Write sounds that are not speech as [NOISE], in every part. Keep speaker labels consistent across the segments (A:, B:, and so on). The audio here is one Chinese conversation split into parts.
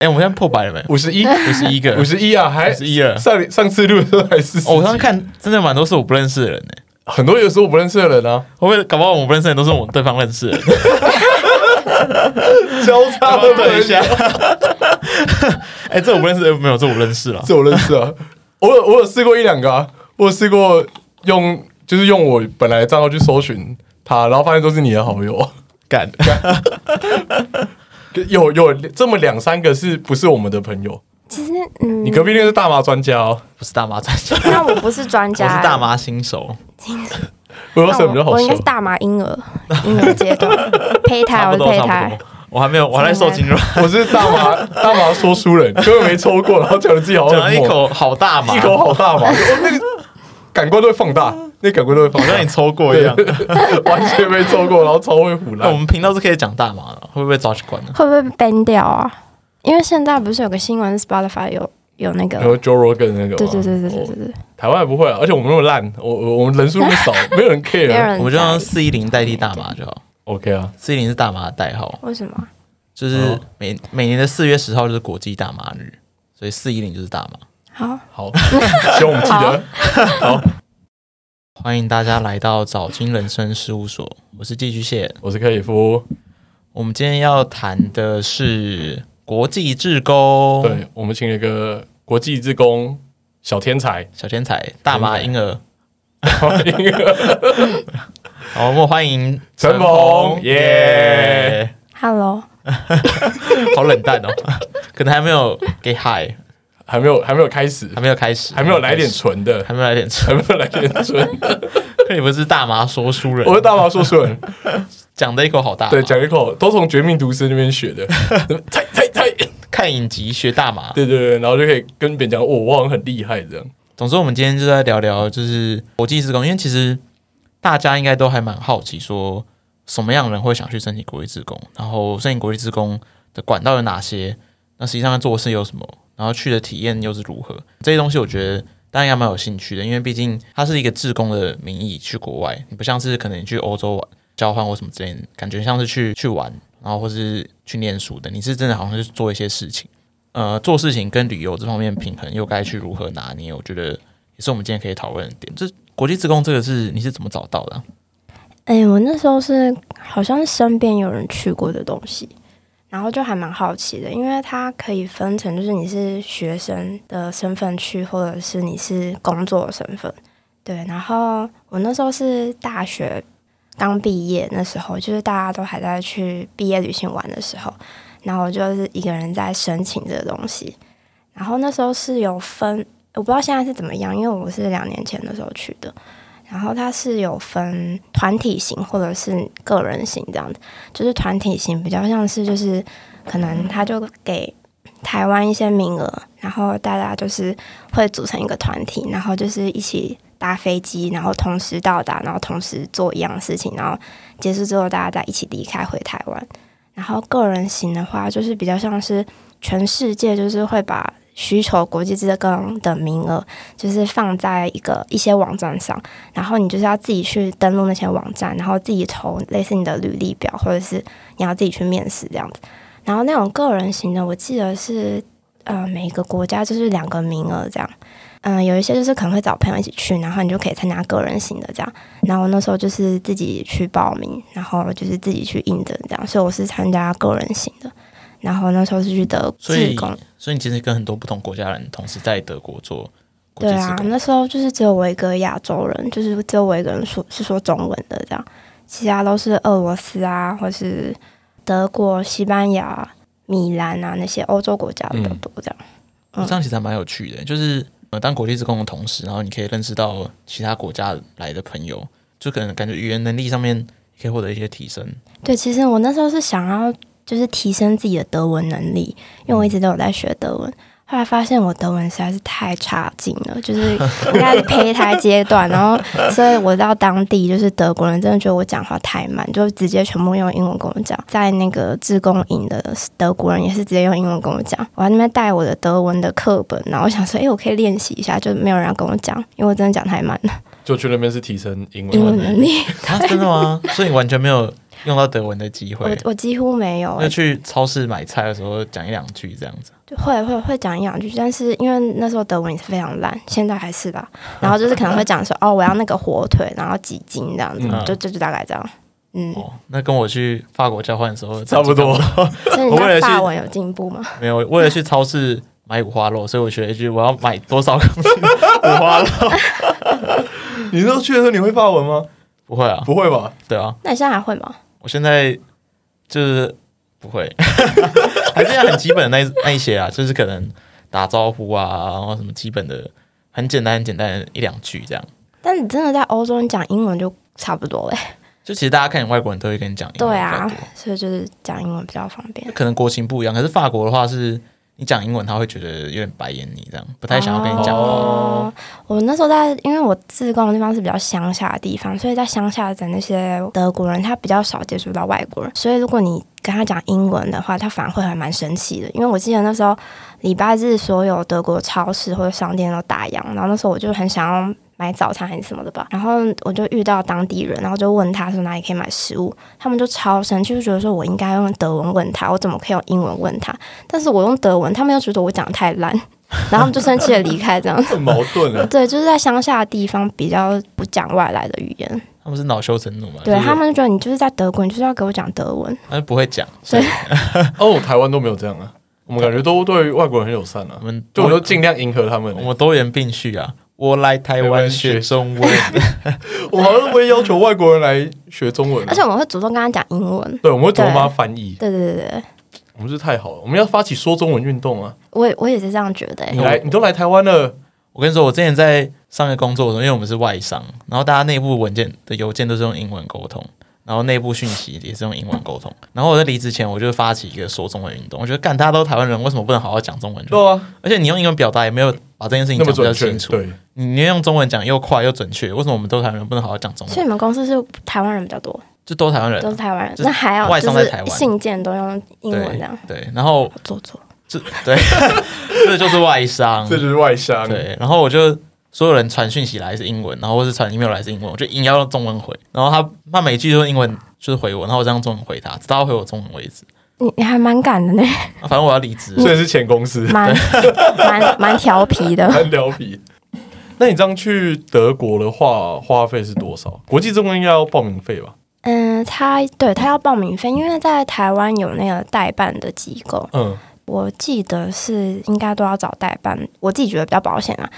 A: 哎、我们现在破百了没？
B: 五十
C: [LAUGHS]
B: 一，
A: 五十一个，
B: 五十一啊，还
A: 51了
B: 上上次录的时候还是
A: 哦。我刚刚看，真的蛮多是我不认识的人呢、
B: 很多有时候我不认识的人
C: [LAUGHS]
B: 啊，
A: 会不会搞不好我们不认识的人都是我们对方认识
B: [LAUGHS]
A: 的人？
B: 交叉的
A: 对一
B: 朋
A: 下
B: 友，
A: 哎、这我不认识，没有，这我认识了。
B: 这我认识啊。 [LAUGHS] 我有我有试过一两个啊，我有试过用就是用我本来的账号去搜寻他，然后发现都是你的好友， [LAUGHS]
A: 干， [LAUGHS]
B: 有有这么两三个是不是我们的朋友？
C: 其实，嗯
A: [LAUGHS]
B: 你，隔壁那个是大麻专家哦，
A: 不是大妈专
C: [LAUGHS]
A: 家，
C: 那我不是专
A: 我
C: 家，
A: 是
C: [LAUGHS]
A: 大妈新手，
B: 我有
C: 那
B: 什么比较
C: 我
B: 好
C: 我应
B: 说
C: 该是？大麻婴儿，婴儿阶
A: [LAUGHS]
C: 段，胚胎，啊
A: 差
C: 我
A: 不
C: 是
A: 多
C: 胚
A: 差不
C: 胎
A: 多。。我还没有，我还在受精卵，
B: 我是大麻大麻说书人，根本没抽过，然后讲的自己好
A: 讲
B: 像
A: 了
B: 很
A: 一
B: 猛，
A: 口好大麻，
B: [LAUGHS] 一口好大麻，我那个感官都会放大，那感官都会放
A: 好像
B: 大
A: 你，抽过一
B: 对
A: 样。，
B: 完全没抽过，然后超会胡
A: 那我
B: 乱。
A: 们频道是可以讲大麻的，会不会被抓去关呢？
C: 会不会被 ban 掉啊？因为现在不是有个新闻是，Spotify 有有那个
B: 然，
A: 啊
B: 后 Joe Rogan 那个吗，
C: 对对对对对
B: 哦
C: 对对，
B: 台湾也不会啊，而且我们那么烂，我我我们人数那么少，没有人
C: 没有
B: care。
C: 人
A: 啊我就
C: 在
A: 让
C: 意
A: 四一零代替大麻就好。
B: OK 啊，
A: 四一零是大麻的代号，
C: 为什么？
B: 哦
A: 就是每每年的四月十号就是国际大麻日，所以四一零就是大麻。
C: 好，
B: 好， [LAUGHS] 希望我们记得。
A: 欢迎大家来到早金人生事务所，我是寄居蟹。
B: 我是克里夫，
A: 我们今天要谈的是国际志工，
B: 对我们请了一个国际志工小天才， [LAUGHS]
A: 小天才大麻婴儿。
B: 一个
A: 好，我们欢迎
B: 陈鹏耶！
C: Hello，
A: 好冷淡哦，可能还没有 get high，
B: 还没有还没有开始
A: 还，没有开始，
B: 还没有来
A: 还没有
B: 点
A: 开始
B: 纯的，
A: 还没有来点吃。
B: 还没有来点纯。
A: [LAUGHS] 你不是大麻说书人，
B: 我是大麻说书人，
A: 讲的一口好大麻，
B: 对，讲一口都从《绝命毒师》那边学的， [LAUGHS] 猜猜猜，
A: 看影集学大麻。
B: 对对对，然后就可以跟别人讲，哦，我好像很厉害这样。
A: 总之，我们今天就在聊聊就是国际职工，因为其实大家应该都还蛮好奇，说什么样的人会想去申请国际职工，然后申请国际职工的管道有哪些，那实际上在做的事有什么，然后去的体验又是如何，这些东西我觉得大家应该蛮有兴趣的，因为毕竟它是一个志工的名义去国外，你不像是可能你去欧洲玩交换或什么之类的，感觉像是去去玩，然后或是去念书的，你是真的好像是做一些事情。呃，做事情跟旅游这方面平衡又该去如何拿捏，我觉得也是我们今天可以讨论的点。这国际职工这个是你是怎么找到的啊、
C: 哎、我那时候是好像是身边有人去过的东西，然后就还蛮好奇的，因为它可以分成就是你是学生的身份去，或者是你是工作的身份，对。然后我那时候是大学刚毕业，那时候就是大家都还在去毕业旅行玩的时候，然后我就是一个人在申请这个东西，然后那时候是有分，我不知道现在是怎么样，因为我是两年前的时候去的。然后它是有分团体型或者是个人型这样的，就是团体型比较像是就是可能他就给台湾一些名额，然后大家就是会组成一个团体，然后就是一起搭飞机，然后同时到达，然后同时做一样的事情，然后结束之后大家再一起离开回台湾。然后个人型的话，就是比较像是全世界就是会把需求国际职工的名额，就是放在一个一些网站上。然后你就是要自己去登录那些网站，然后自己投类似你的履历表，或者是你要自己去面试这样子。然后那种个人型的，我记得是呃每个国家就是两个名额这样。嗯、有一些就是可能会找朋友一起去，然后你就可以参加个人型的这样。然后那时候就是自己去报名，然后就是自己去应征这样，所以我是参加个人型的。然后那时候是去德
A: 所以
C: 志工，
A: 所以你其实跟很多不同国家人同时在德国做国
C: 对
A: 际职
C: 啊，
A: 工，
C: 那时候就是只有我一个亚洲人，就是只有我一个人说是说中文的这样，其他都是俄罗斯啊，或是德国、西班牙、米兰啊那些欧洲国家比较多这样。嗯
A: 这样其实还蛮有趣的，就是呃当国际职工的同时，然后你可以认识到其他国家来的朋友，就可能感觉语言能力上面可以获得一些提
C: [LAUGHS]
A: 升。
C: 对，其实我那时候是想要就是提升自己的德文能力，因为我一直都有在学德文。后来发现我德文实在是太差劲了，就是应该是胚胎阶段，然后所以我到当地就是德国人真的觉得我讲话太慢，就直接全部用英文跟我讲。在那个志工营的德国人也是直接用英文跟我讲，我还在那边带我的德文的课本，然后我想说，诶，我可以练习一下，就没有人要跟我讲，因为我真的讲太慢了，
B: 就去那边是提升英文
C: 英
B: 能
C: 文
B: 力，
C: 能力。
A: 啊，真的吗？所以你完全没有用到德文的机
C: 我
A: 会？
C: 我几乎没有、
A: 那
C: 欸，
A: 去超市买菜的时候讲一两句这样子，
C: 就会会会讲一两句，但是因为那时候德文也是非常烂，现在还是吧。然后就是可能会讲说，哦，我要那个火腿，然后几斤这样子，
A: 嗯
C: 就就就大概这样。嗯，
A: 哦，那跟我去法国交换的时候
B: 差不多，
C: 所以你
A: 我为了
C: 的
A: 去
C: 法文有进步吗？
A: 没有，为了去超市买五花肉，所以我学了一句我要买多少公斤五花肉？
B: [LAUGHS] 你那时候去的时候你会法文吗？
A: [LAUGHS] 不会啊，
B: 不会吧？
A: 对啊，
C: 那你现在还会吗？
A: 我现在就是不会， [LAUGHS] 还是要很基本的那一那一些啊，就是可能打招呼啊，然后什么基本的，很简单很简单的一两句这样。
C: 但你真的在欧洲，你讲英文就差不多嘞、欸
A: 就其实大家看你外国人都会跟你讲英文
C: 对
A: 比较
C: 啊
A: 嗯多，，
C: 所以就是讲英文比较方便。
A: 可能国情不一样，可是法国的话是你讲英文他会觉得有点白眼你这样，不太想要跟你讲话。
C: 哦。我那时候在，因为我自贡的地方是比较乡下的地方，所以在乡下的那些德国人，他比较少接触到外国人，所以如果你跟他讲英文的话，他反而会还蛮生气的。因为我记得那时候礼拜日，所有德国超市或者商店都打烊，然后那时候我就很想要。买早餐还是什么的吧，然后我就遇到当地人，然后就问他说哪里可以买食物，他们就超生气，就觉得说我应该用德文问他，我怎么可以用英文问他？但是我用德文，他们又觉得我讲得太烂，然后他们就生气的离开这样。
B: 很矛盾啊。
C: 对，就是在乡下的地方比较不讲外来的语言，
A: 他们是恼羞成怒嘛，
C: 对
A: 就是
C: 他们就觉得你就是在德国，你就是要给我讲德文。
A: 他们不会讲，所
C: 所以
A: 以
B: 哦，台湾都没有这样啊，我们感觉都对外国人很友善啊
A: 我，们
B: 就我们都尽量迎合他们
A: 我
B: 欸、
A: 们多元并蓄啊。我来台湾学中文，
B: 我们好像不会要求外国人来学中文啊、
C: 而且我们会主动跟他讲英文。
B: 对，我们会琢磨帮他翻译，
C: 对对对对对，
B: 我们是太好了，我们要发起说中文运动啊！
C: 我也我也是这样觉得、
A: 嗯
C: 欸
B: 你来，你都来台湾了，
A: [LAUGHS] 我跟你说，我之前在上个工作的时候，因为我们是外商，然后大家内部文件的邮件都是用英文沟通，然后内部讯息也是用英文沟
B: [LAUGHS]
A: 通。然后我在离职前，我就发起一个说中文运动，我觉得干大家都台湾人，为什么不能好好讲中文就好？
B: 对啊，
A: 而且你用英文表达也没有把这件事情
B: 那
A: 讲
B: 么
A: 得比较
B: 准
A: 清，
B: 确
A: 楚，
B: 对，
A: 你你用中文讲又快又准确，为什么我们都台湾人不能好好讲中
C: 所以
A: 文？
C: 你们公司是台湾人比较多，
A: 就都台湾人
C: 都
A: 啊、
C: 是台湾人，
A: 就是
C: 那还要
A: 外
C: 就
A: 商在台
C: 是
A: 湾
C: 信件都用英文啊这样。
A: 对，然后
C: 好做作，
A: 这对， [LAUGHS] 这就是外商，
B: 这就是外商，
A: 对，然后我就所有人传讯息来是英文，然后或是传 email 来是英文，我就硬要用中文回，然后他他每一句都是英文就是回我，然后我这样中文回他，直到他回我中文为止。
C: 你你还蛮敢的呢，
A: 啊反正我要离职了，
B: 所以是前公司，
C: [LAUGHS] 蛮蛮蛮调皮的。
B: 很聊皮。 [LAUGHS] 那你这样去德国的话，花费是多少？国际中文应该要报名费吧？
C: 嗯，他对他要报名费，因为在台湾有那个代办的机构，
B: 嗯，
C: 我记得是应该都要找代办，我自己觉得比较保险啊，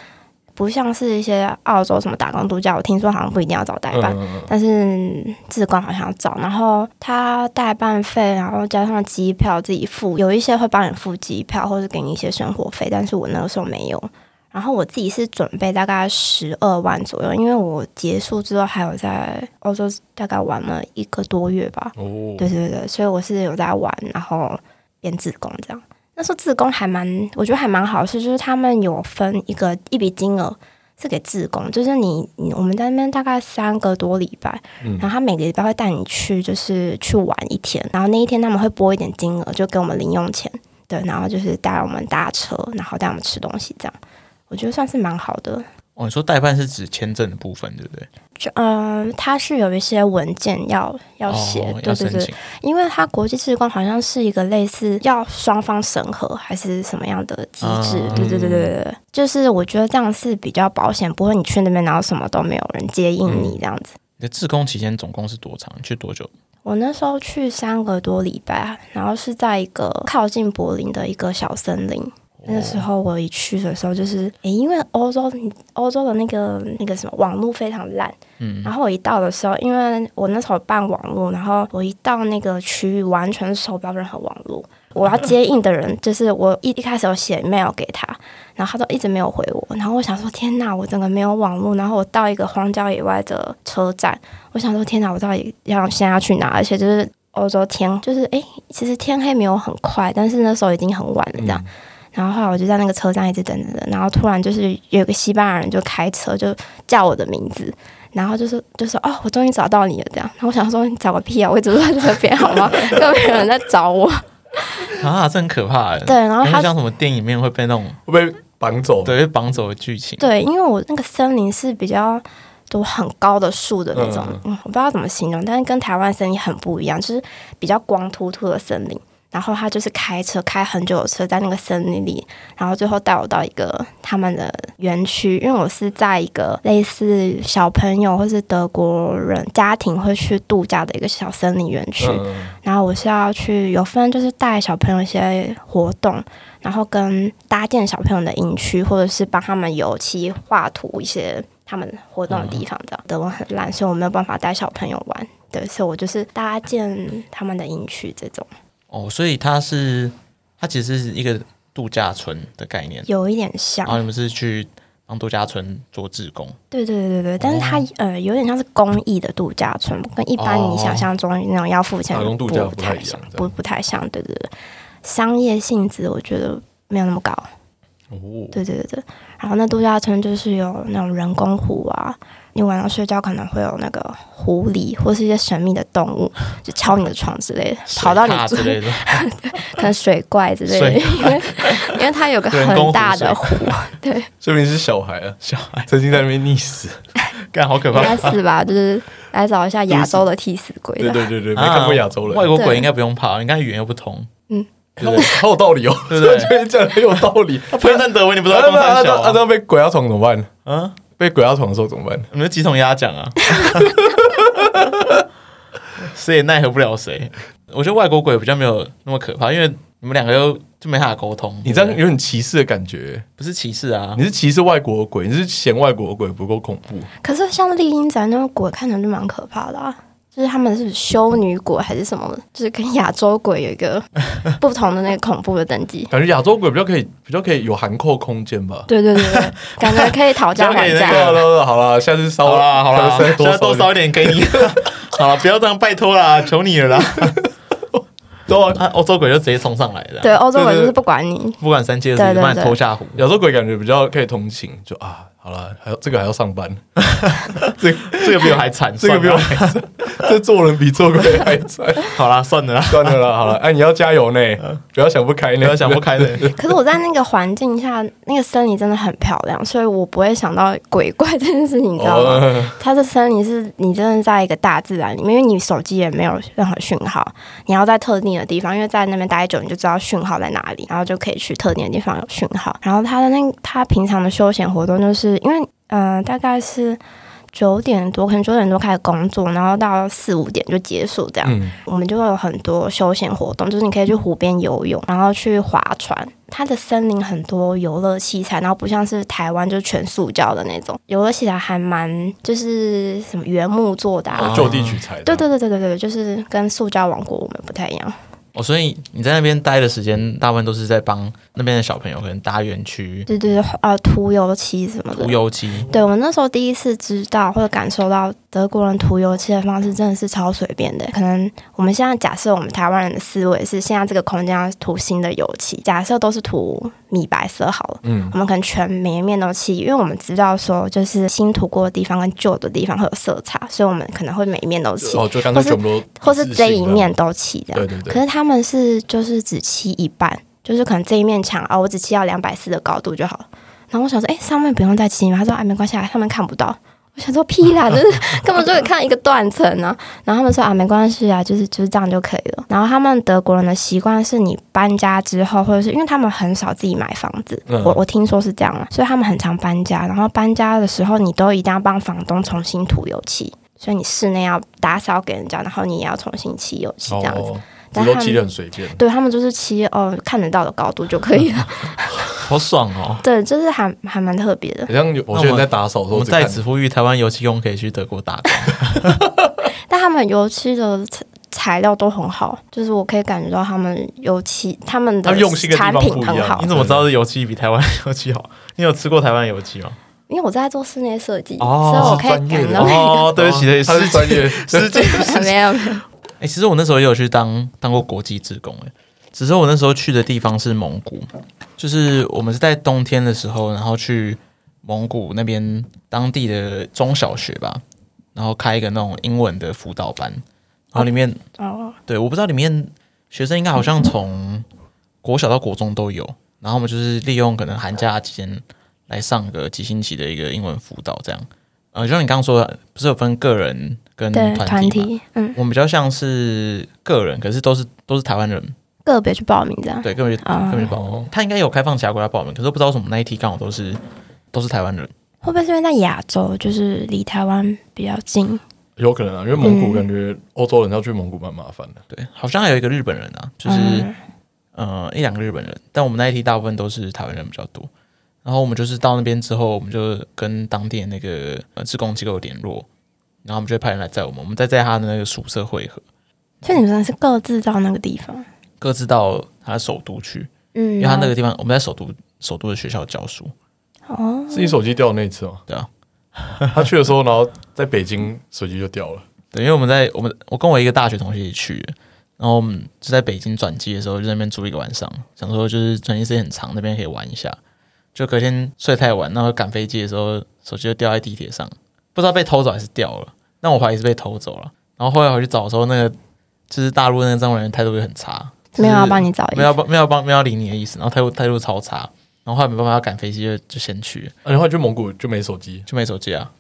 C: 不像是一些澳洲什么打工度假，我听说好像不一定要找代
B: 嗯
C: 办，
B: 嗯嗯
C: 但是志光好像要找，然后他代办费，然后加上机票自己付，有一些会帮你付机票，或者给你一些生活费，但是我那个时候没有。然后我自己是准备大概十二万左右，因为我结束之后还有在欧洲大概玩了一个多月吧，
B: 哦，
C: 对对对，所以我是有在玩，然后变自工这样。那时候自工还蛮，我觉得还蛮好是，就是他们有分一个一笔金额是给自工，就是你你我们在那边大概三个多礼拜，
B: 嗯
C: 然后他每个礼拜会带你去，就是去玩一天，然后那一天他们会拨一点金额，就给我们零用钱，对，然后就是带我们搭车，然后带我们吃东西这样，我觉得算是蛮好的。
A: 哦，你说代办是指签证的部分，对不对？
C: 就嗯，它是有一些文件要要写，
A: 哦、
C: 对
A: 要
C: 对
A: 申
C: 对，
A: 请。
C: 因为它国际志工好像是一个类似要双方审核还是什么样的机制
A: 啊？
C: 对对对对对对，就是我觉得这样是比较保险，不会你去那边然后什么都没有人接应你这样子。
A: 你的自工期间总共是多长？你去多久？
C: 我那时候去三个多礼拜，然后是在一个靠近柏林的一个小森林。那时候我一去的时候，就是诶、因为欧洲欧洲的那个那个什么网络非常烂，
A: 嗯，
C: 然后我一到的时候，因为我那时候办网络，然后我一到那个区域，完全收不到任何网络。我要接应的人，就是我一一开始有写 mail 给他，然后他都一直没有回我。然后我想说，天哪，我整个没有网络。然后我到一个荒郊野外的车站，我想说，天哪，我到底要现在要去哪？而且就是欧洲天，就是诶，其实天黑没有很快，但是那时候已经很晚了，这
B: 嗯
C: 样。然后后来我就在那个车站一直等等等，然后突然就是有个西班牙人就开车就叫我的名字，然后就说就说哦，我终于找到你了这样。然后我想说你找个屁啊，我一直都在这边好吗？根本没有人在找我。
A: 啊，这很可怕欸。
C: 对，然后
A: 感觉
C: 他
A: 像什么电影里面会被那种
B: 会被绑走，
A: 对被绑走的剧情。
C: 对，因为我那个森林是比较都很高的树的那种
B: 嗯，
C: 嗯，我不知道怎么形容，但是跟台湾森林很不一样，就是比较光秃秃的森林。然后他就是开车开很久的车在那个森林里，然后最后带我到一个他们的园区，因为我是在一个类似小朋友或是德国人家庭会去度假的一个小森林园区。
B: 嗯，
C: 然后我是要去有分就是带小朋友一些活动，然后跟搭建小朋友的营区，或者是帮他们油漆、画图一些他们活动的地方。这样、德文很烂，所以我没有办法带小朋友玩。对，所以我就是搭建他们的营区这种，
A: 哦，所以它是它其实是一个度假村的概念，
C: 有一点像
A: 然。后你们是去帮度假村做志工，
C: 对对对对对，但是它、呃有点像是公益的度假村，跟一般你想象中那种要付钱
B: 打
C: 的
B: 工度假
C: 不
B: 不太一样
C: 像
B: 这样，
C: 不不太像。对对对，商业性质我觉得没有那么高。
B: 哦，
C: 对对对对，然后那度假村就是有那种人工湖啊，你晚上睡觉可能会有那个狐狸或是一些神秘的动物，就敲你的床之类的，跑到你
A: 水
C: 住
A: 獭之，类的， [LAUGHS]
C: 可能水怪之类的，
A: 水
C: 因为 [LAUGHS] 因为它有个
A: 人工湖
C: 很大的湖，
B: 这边是小孩啊，
A: 小孩
B: 曾经在那边溺死，
A: 干好可
C: [LAUGHS] 应
A: 怕。
C: 该是吧？就是来找一下亚洲的替死鬼
B: 对
C: 的，
B: 对对对，没看过亚洲人，
A: 啊外国鬼
C: 对
A: 应该不用怕，应该语言又不通，
B: 看我好有道理哦，？
A: 对不对
B: [LAUGHS] 这边讲得很有道 [LAUGHS] 理。
A: 喷蛋德文，你不知
B: 那
A: 道东
B: 那
A: [LAUGHS] 三
B: 那那
A: 小
B: 那
A: 啊？
B: 啊那被鬼压床怎么办？
A: 啊，
B: 被鬼压床的时候怎么办？
A: 你们几桶鸭讲 [LAUGHS] 啊？谁也奈何不了谁。我觉得外国鬼比较没有那么可怕，因为你们两个又就没办法沟通。
B: 你这样
A: 对不对
B: 有点歧视的感觉，
A: 不是歧视啊
B: 你？是歧视外国鬼，你是嫌外国鬼不够恐怖？
C: 可是像丽英宅那种鬼看起来就蛮可怕的、啊。就是他们是修女鬼还是什么的，就是跟亚洲鬼有一个 [LAUGHS] 不同的那个恐怖的等级。
B: 感觉亚洲鬼比较可以，比较可以有含扣空间吧。
C: 对对对对，感觉可以
A: [LAUGHS]
C: 讨价还
A: 交给那
C: 价。
A: 个
B: 好了啊好了，下次烧
A: 好啦好啦，
B: 下次
A: 现在
B: 再
A: 多
B: 多
A: 烧一点给你。 [LAUGHS] 好了，不要这样，拜托啦，求你了 [LAUGHS] 啦。
B: 多
A: 啊，欧洲鬼就直接冲上来的，
C: 对，欧洲人就是不管你，
A: 不管三七二
C: 对
A: 十一，
C: 对
A: 把你
C: 对
A: 拖下湖。
B: 亚洲鬼感觉比较可以同情，就啊，好了，还要这个还要上班，
A: 这这个比我还惨，
B: 这个比我
A: 算了
B: 还惨， [LAUGHS] 这做人比做鬼还惨。
A: [LAUGHS] 好啦，算了啦，
B: 算了 [LAUGHS] 啦，好了，哎，你要加油呢，不要想嗯不开呢，
A: 不要想不开 [LAUGHS] 的。
C: 可是我在那个环境下，那个森林真的很漂亮，所以我不会想到鬼怪这件事情，你知道吗？
B: [LAUGHS] 哦。
C: 它的森林是你真的在一个大自然里面，因为你手机也没有任何讯号，你要在特定的地方，因为在那边待久，你就知道讯号在哪里，然后就可以去特定的地方有讯号。然后它的那它平常的休闲活动，就是因为呃大概是九点多，可能九点多开始工作，然后到四五点就结束这样。
B: 嗯，
C: 我们就会有很多休闲活动，就是你可以去湖边游泳，然后去划船。它的森林很多游乐器材，然后不像是台湾就是全塑胶的那种，游乐器材还蛮就是什么原木做的、啊。
A: 哦
B: 就地取材。
C: 对对对对对对，就是跟塑胶王国我们不太一样。
A: 哦，所以你在那边待的时间，大部分都是在帮那边的小朋友，可能搭园区、
C: 对对对，呃，涂油漆什么的
A: 涂。油漆。
C: 对我那时候第一次知道或者感受到德国人涂油漆的方式真的是超随便的。可能我们现在假设我们台湾人的思维是现在这个空间要涂新的油漆，假设都是涂米白色好了。
B: 嗯，
C: 我们可能全每一面都漆，因为我们知道说，就是新涂过的地方跟旧的地方会有色差，所以我们可能会每一面都漆，
B: 哦，就干脆全部都
C: 或是这一面
B: 自
C: 都漆这样。
B: 信的，对对
C: 可
B: 对，
C: 是他们是就是只漆一半，就是可能这一面墙啊，我只漆到两百四的高度就好了。然后我想说，哎、上面不用再漆吗？他说，哎，没关系，啊，他们看不到。我想说屁
B: [LAUGHS]
C: 啦，就是根本就只看一个断层啊。然后他们说啊，没关系啊，就是就是这样就可以了。然后他们德国人的习惯是你搬家之后，或者是因为他们很少自己买房子，
B: 嗯
C: 我我听说是这样啊，所以他们很常搬家。然后搬家的时候，你都一定要帮房东重新涂油漆，所以你室内要打扫给人家，然后你也要重新漆油漆这样子。
B: 哦，只
C: 但
B: 是都
C: 他
B: 骑
C: 们
B: 得很随便。
C: 对他们就是骑哦看得到的高度就可以
A: 嗯
C: 了。
A: 好爽哦！
C: [LAUGHS] 对，就是还还蛮特别的
B: 好，像有我觉得在打扫的
A: 我
B: 时候
A: 们
B: 只看，
A: 在此呼吁台湾油漆工可以去德国 [LAUGHS] 打工。
C: 但他们油漆的材材料都很好，就是我可以感觉到他们油漆他们
B: 他
C: 的
B: 们用心的地
C: 产
B: 方不
C: 品
B: 一样
C: 很好
A: 你，怎么知道是油漆比台湾 [LAUGHS] 油漆好？你有吃过台湾油漆吗？
C: 因为我在做室内设计，
A: 哦
C: 所以我可
B: 是
C: 以
B: 专业
C: 感
B: 的
C: 到那
A: 哦，对不起，对不
B: 他
A: 起，
B: 是专 [LAUGHS] 业，
A: 失敬失
C: 个
A: 敬。
C: 没有 [LAUGHS] 没有
A: 哎，其实我那时候也有去当当过国际职工，哎，只是我那时候去的地方是蒙古，就是我们是在冬天的时候，然后去蒙古那边当地的中小学吧，然后开一个那种英文的辅导班，然后里面 [LAUGHS]
C: 哦，
A: 对，我不知道里面学生应该好像从国小到国中都有，然后我们就是利用可能寒假期间来上个几星期的一个英文辅导这样。呃，就像你刚刚说的，不是有分个人跟
C: 对
A: 团
C: 团
A: 体嘛？
C: 体，嗯，
A: 我们比较像是个人，可是都是都是台湾人，
C: 个别去报名这样。
A: 对，根本就
C: 啊
A: 根本就报名。他应该有开放其他国家报名，可是我不知道为什么那一题刚好都是都是台湾人。
C: 会不会是因为在亚洲，就是离台湾比较近？
B: 有可能啊，因为蒙古
C: 嗯
B: 感觉欧洲人要去蒙古蛮麻烦的。
A: 对，好像还有一个日本人啊，就是、
C: 嗯
A: 呃一两个日本人，但我们那一批大部分都是台湾人比较多。然后我们就是到那边之后，我们就跟当地的那个呃志工机构联络，然后我们就会派人来载我们，我们再在他的那个宿舍汇合，
C: 所以你们真的是各自到那个地方，
A: 各自到他的首都去，
C: 嗯，
A: 因为他那个地方我们在首都首都的学校教书，
C: 哦，
B: 是你手机掉的那一次吗？
A: 对啊，
B: 他去的时候，然后在北京手机就
A: [LAUGHS]
B: 掉了。
A: 对，因为我们在我们我跟我一个大学同学一起去的，然后我们就在北京转机的时候就在那边住一个晚上，想说就是转机时间很长，那边可以玩一下。就隔天睡太晚，然后赶飞机的时候手机就掉在地铁上，不知道被偷走还是掉了。那我怀疑是被偷走了。然后后来回去找的时候，那个就是大陆那个站务人员态度也很差，就是
C: 没有啊要帮你找一
A: 没有要啊
C: 个，
A: 帮没有要帮没有要理你的意思，然后态度态度超差。然后后来没办法要赶飞机就就先去了，
B: 啊然后去蒙古就没手机，
A: 就没手机啊，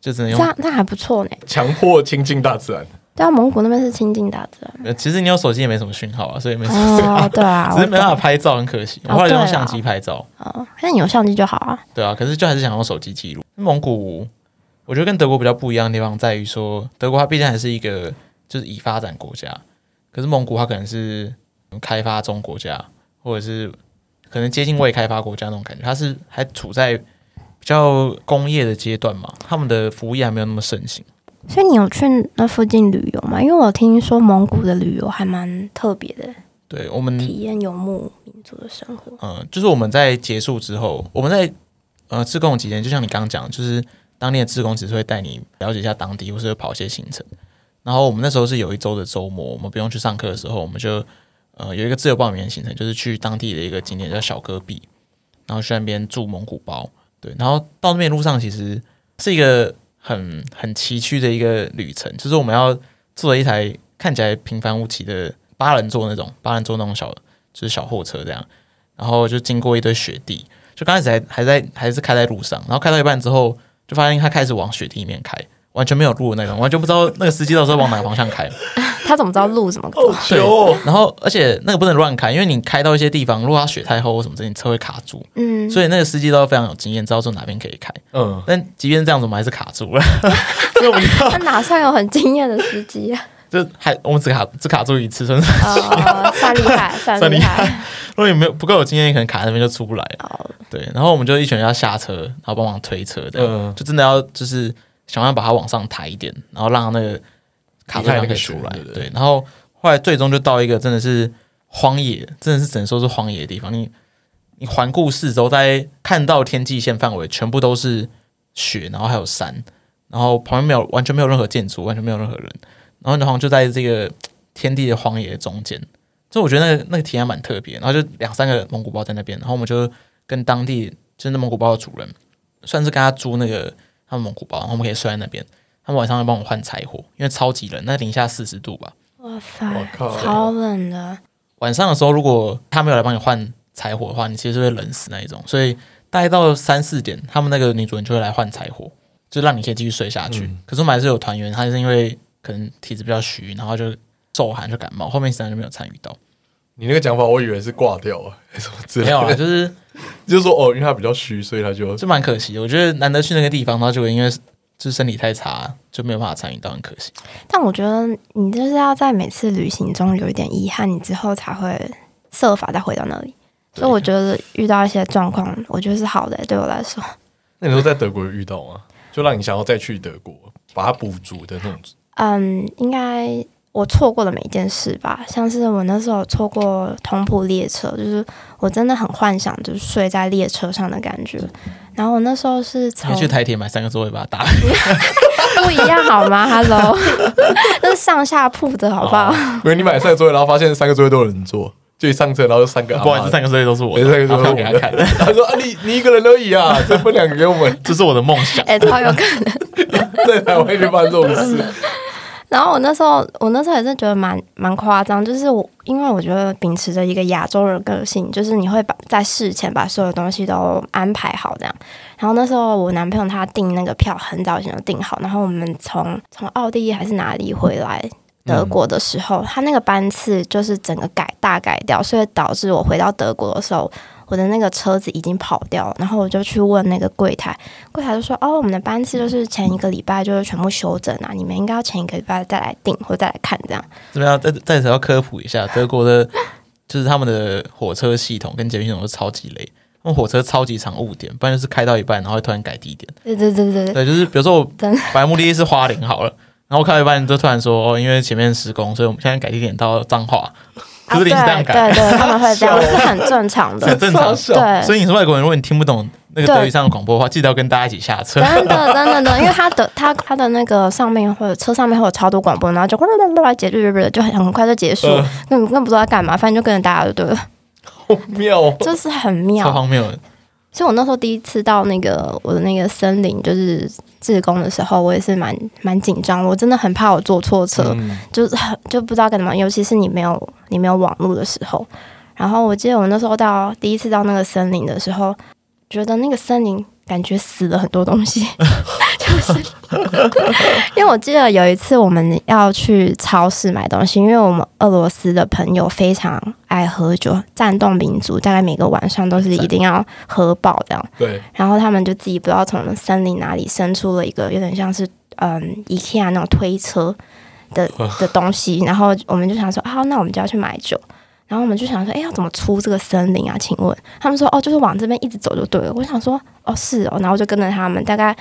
A: 就只能
C: 这
A: 用
C: 啊样那还不错呢。
B: 强迫亲近大
A: [LAUGHS]
B: 自然。
C: 对啊，蒙古那边是亲近大自然。
A: 呃。其实你有手机也没什么讯号啊，所以没什么
C: 哦，对
A: [LAUGHS]
C: 啊，
A: 只是没办法
C: 我懂
A: 拍照，很可惜。我
C: 哦
A: 后来就用
C: 对啦
A: 相机拍照，
C: 哦，那你有相机就好啊。
A: 对啊，可是就还是想用手机记录。蒙古，我觉得跟德国比较不一样的地方在于说，德国它毕竟还是一个就是已发展国家，可是蒙古它可能是开发中国家，或者是可能接近未开发国家那种感觉，它是还处在比较工业的阶段嘛，他们的服务业还没有那么盛行。
C: 所以你有去那附近旅游吗？因为我听说蒙古的旅游还蛮特别的，
A: 对我们
C: 体验游牧民族的生活。
A: 嗯，就是我们在结束之后，我们在呃自贡期间，就像你刚刚讲，就是当地的志工只是会带你了解一下当地，或是会跑一些行程。然后我们那时候是有一周的周末，我们不用去上课的时候，我们就呃有一个自由报名的行程，就是去当地的一个景点叫小戈壁，然后去那边住蒙古包。对，然后到那边路上其实是一个很很崎岖的一个旅程，就是我们要坐了一台看起来平凡无奇的八人座那种八人座那种小就是小货车这样。然后就经过一堆雪地，就刚开始还还在还是开在路上，然后开到一半之后，就发现他开始往雪地里面开，完全没有路的那种，完全不知道那个司机到时候往哪个方向开。
C: [LAUGHS] 他怎么知道路怎么走？
B: 哦
A: 对，然后而且那个不能乱开，因为你开到一些地方，如果它雪太厚或什么之类，你车会卡住，
C: 嗯，
A: 所以那个司机都非常有经验，知道说哪边可以开。
B: 嗯，
A: 但即便这样子，我们还是卡住了， [LAUGHS]
B: 所以我们
C: 他哪算有很经验的司机啊？
A: 就还我们只卡只卡住一次，真的。
C: 哦，算厉害，
A: 算
C: 算
A: 厉
C: 厉
A: 害
C: 害。
A: 如果你没有不够有经验，你可能卡在那边就出不来了。
C: 哦，
A: 对，然后我们就一群人要下车，然后帮忙推车这样，
B: 嗯
A: 就真的要就是想办法把它往上抬一点，然后让它那个卡住
B: 离开那
A: 那
B: 个
A: 个出
B: 圈
A: 来
B: 对。不对
A: 对，然后后来最终就到一个真的是荒野，真的是只能说是荒野的地方。你你环顾四周，大概看到天际线范围全部都是雪，然后还有山，然后旁边没有完全没有任何建筑，完全没有任何人，然后你好像就在这个天地的荒野中间。所以我觉得那个那个体验蛮特别，然后就两三个蒙古包在那边，然后我们就跟当地就是那蒙古包的主人，算是跟他租那个他们蒙古包，然后我们可以睡在那边。他们晚上会帮我换柴火，因为超级冷，那零下四十度吧。
C: 哇
B: 我
C: 塞，
B: 靠
C: 超冷的。
A: 晚上的时候，如果他没有来帮你换柴火的话，你其实会冷死那一种。所以大概到三四点，他们那个女主人就会来换柴火，就让你可以继续睡下去。
B: 嗯
A: 可是我们还是有团员，他是因为可能体质比较虚，然后就受寒就感冒，后面时间就没有参与到。
B: 你那个讲法，我以为是挂掉啊， [LAUGHS] 还是什么之类
A: 没有啊， [LAUGHS]
B: 的，
A: 就是
B: 就是说哦，因为他比较虚，所以他就
A: 就蛮可惜的。我觉得难得去那个地方，然后结果因为就是身体太差，就没有办法参与到，很可惜。
C: 但我觉得你就是要在每次旅行中有一点遗憾，你之后才会设法再回到那里。所以我觉得遇到一些状况，我觉得是好的、对我来说。
B: 那你说在德国有遇到吗？就让你想要再去德国，把它补足的那种。
C: 嗯，应该我错过的每一件事吧，像是我那时候错过同铺列车，就是我真的很幻想就是睡在列车上的感觉。然后我那时候是
A: 你
C: 从
A: 可以去台铁买三个座位把它打。
C: 不一样好吗
A: [LAUGHS]
C: ？Hello，那是上下铺的好不好？
A: 哦
C: [LAUGHS]
B: 因为你买三个座位，然后发现三个座位都有人坐，就一上车，然后就三个阿嬷。
A: 不好意思，三个座位都是 [LAUGHS] 我的，
B: 对三个
A: 然
B: 座
A: 后
B: 位
A: 票给
B: 都是
A: 他
B: 我
A: 看
B: 的。
A: [LAUGHS]
B: 他说啊，你你一个人而已啊，这分两个给我们， [LAUGHS]
A: 这是我的梦想。
C: 哎、超有可能。
B: 在台湾就办这种事。
C: 然后我那时候，我那时候也是觉得蛮蛮夸张，就是我因为我觉得秉持着一个亚洲人个性，就是你会把在事前把所有东西都安排好这样。然后那时候我男朋友他订那个票很早以前就订好，然后我们从从奥地利还是哪里回来德国的时候，他那个班次就是整个改大改掉，所以导致我回到德国的时候，我的那个车子已经跑掉了。然后我就去问那个柜台，柜台就说：“哦，我们的班次就是前一个礼拜就是全部修整啊，你们应该要前一个礼拜再来订或再来看这样。
A: 这边要再再次要科普一下，德国的， [LAUGHS] 就是他们的火车系统跟捷运系统都超级累，他们火车超级常误点，不然就是开到一半然后会突然改地点。”
C: 对对对对对，
A: 对， [LAUGHS] 就是比如说我
C: [LAUGHS] 真的
A: 本来目的地是花莲好了，然后我开到一半就突然说，哦，因为前面施工，所以我们现在改地点到彰化，
C: 啊
A: 就
C: 对
A: 是临时这样
C: 对
A: 改，
C: 对，他们会
A: [LAUGHS]
C: 这样是很正常
A: 这很
C: 的，
A: 正常。
C: 对。
A: 所以你是外国人，如果你听不懂那个
C: 对
A: 德语上的广播的话，记得要跟大家一起下车。
C: 真的，真的，真的，因为他的他他的那个上面会有车上面会有超多广播，然后就哗啦啦啦啦结束，就很很快就结束，
B: 嗯
C: 根本根本不知道在干嘛，反正就跟着大家就对了，
B: 好妙哦！
C: 就是很
A: 超
C: 妙。
A: 荒谬的，
C: 所以我那时候第一次到那个我的那个森林，就是自工的时候，我也是蛮蛮紧张，我真的很怕我坐错车，
B: 嗯
C: 就是很就不知道干嘛，尤其是你没有你没有网络的时候。然后我记得我那时候到第一次到那个森林的时候，觉得那个森林感觉死了很多东西，就是因为我记得有一次我们要去超市买东西，因为我们俄罗斯的朋友非常爱喝酒，战斗民族大概每个晚上都是一定要喝爆这样。
B: 对，
C: 然后他们就自己不知道从森林哪里伸出了一个有点像是嗯 IKEA 那种推车的的东西，然后我们就想说，啊，那我们就要去买酒。然后我们就想说，哎，要怎么出这个森林啊？请问他们说，哦，就是往这边一直走就对了。我想说，哦，是哦，然后我就跟着他们，大概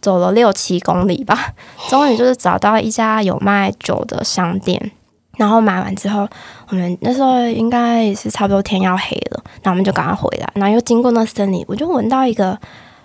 C: 走了六七公里吧， [LAUGHS] 终于就是找到一家有卖酒的商店。然后买完之后，我们那时候应该也是差不多天要黑了，然后我们就赶快回来，然后又经过那森林，我就闻到一个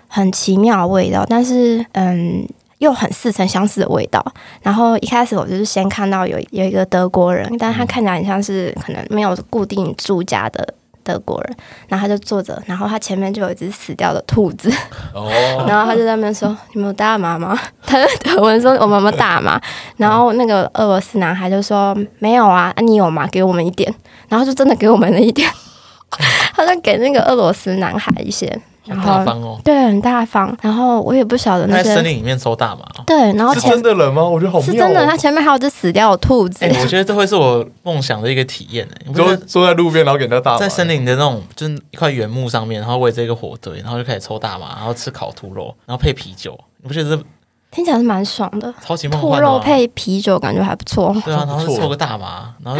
C: 很奇妙的味道，但是嗯，又很似曾相识的味道。然后一开始我就是先看到有有一个德国人，但他看起来很像是可能没有固定住家的德国人，然后他就坐着，然后他前面就有一只死掉的兔子，
B: 哦，
C: [LAUGHS] 然后他就在那边说：“你们有大麻吗？” [LAUGHS] 他就德文说：“我们有没有大麻？”然后那个俄罗斯男孩就说：“没有啊，啊你有吗？给我们一点。”然后就真的给我们了一点， [LAUGHS] 他就给那个俄罗斯男孩一些，
A: 很
C: 然
A: 大
C: 后
A: 方哦。
C: 对，很大方。然后我也不晓得
A: 他
C: 那
A: 在森
C: 些
A: 林里面抽大麻哦，
C: 对，然后
B: 是
C: 前
B: 真的人吗？我觉得好
C: 是
B: 妙
C: 真的，他
B: 哦。
C: 前面还有只死掉的兔子
A: 哎，，我觉得这会是我梦想的一个体验哎。我
B: 你
A: 觉
B: 说
A: 得
B: 坐在路边，然后给人家大麻
A: 在森林的那种就是一块原木上面，然后围着一个火堆，然后就开始抽大麻，然后吃烤兔肉，然后配啤酒，你不觉得这
C: 听起来是蛮爽的。
A: 超级梦
C: 兔
A: 幻的吗？
C: 肉配啤酒，感觉还不错。
A: 对啊，然
B: 好像
A: 后
B: 不错
A: 就抽个大麻，然后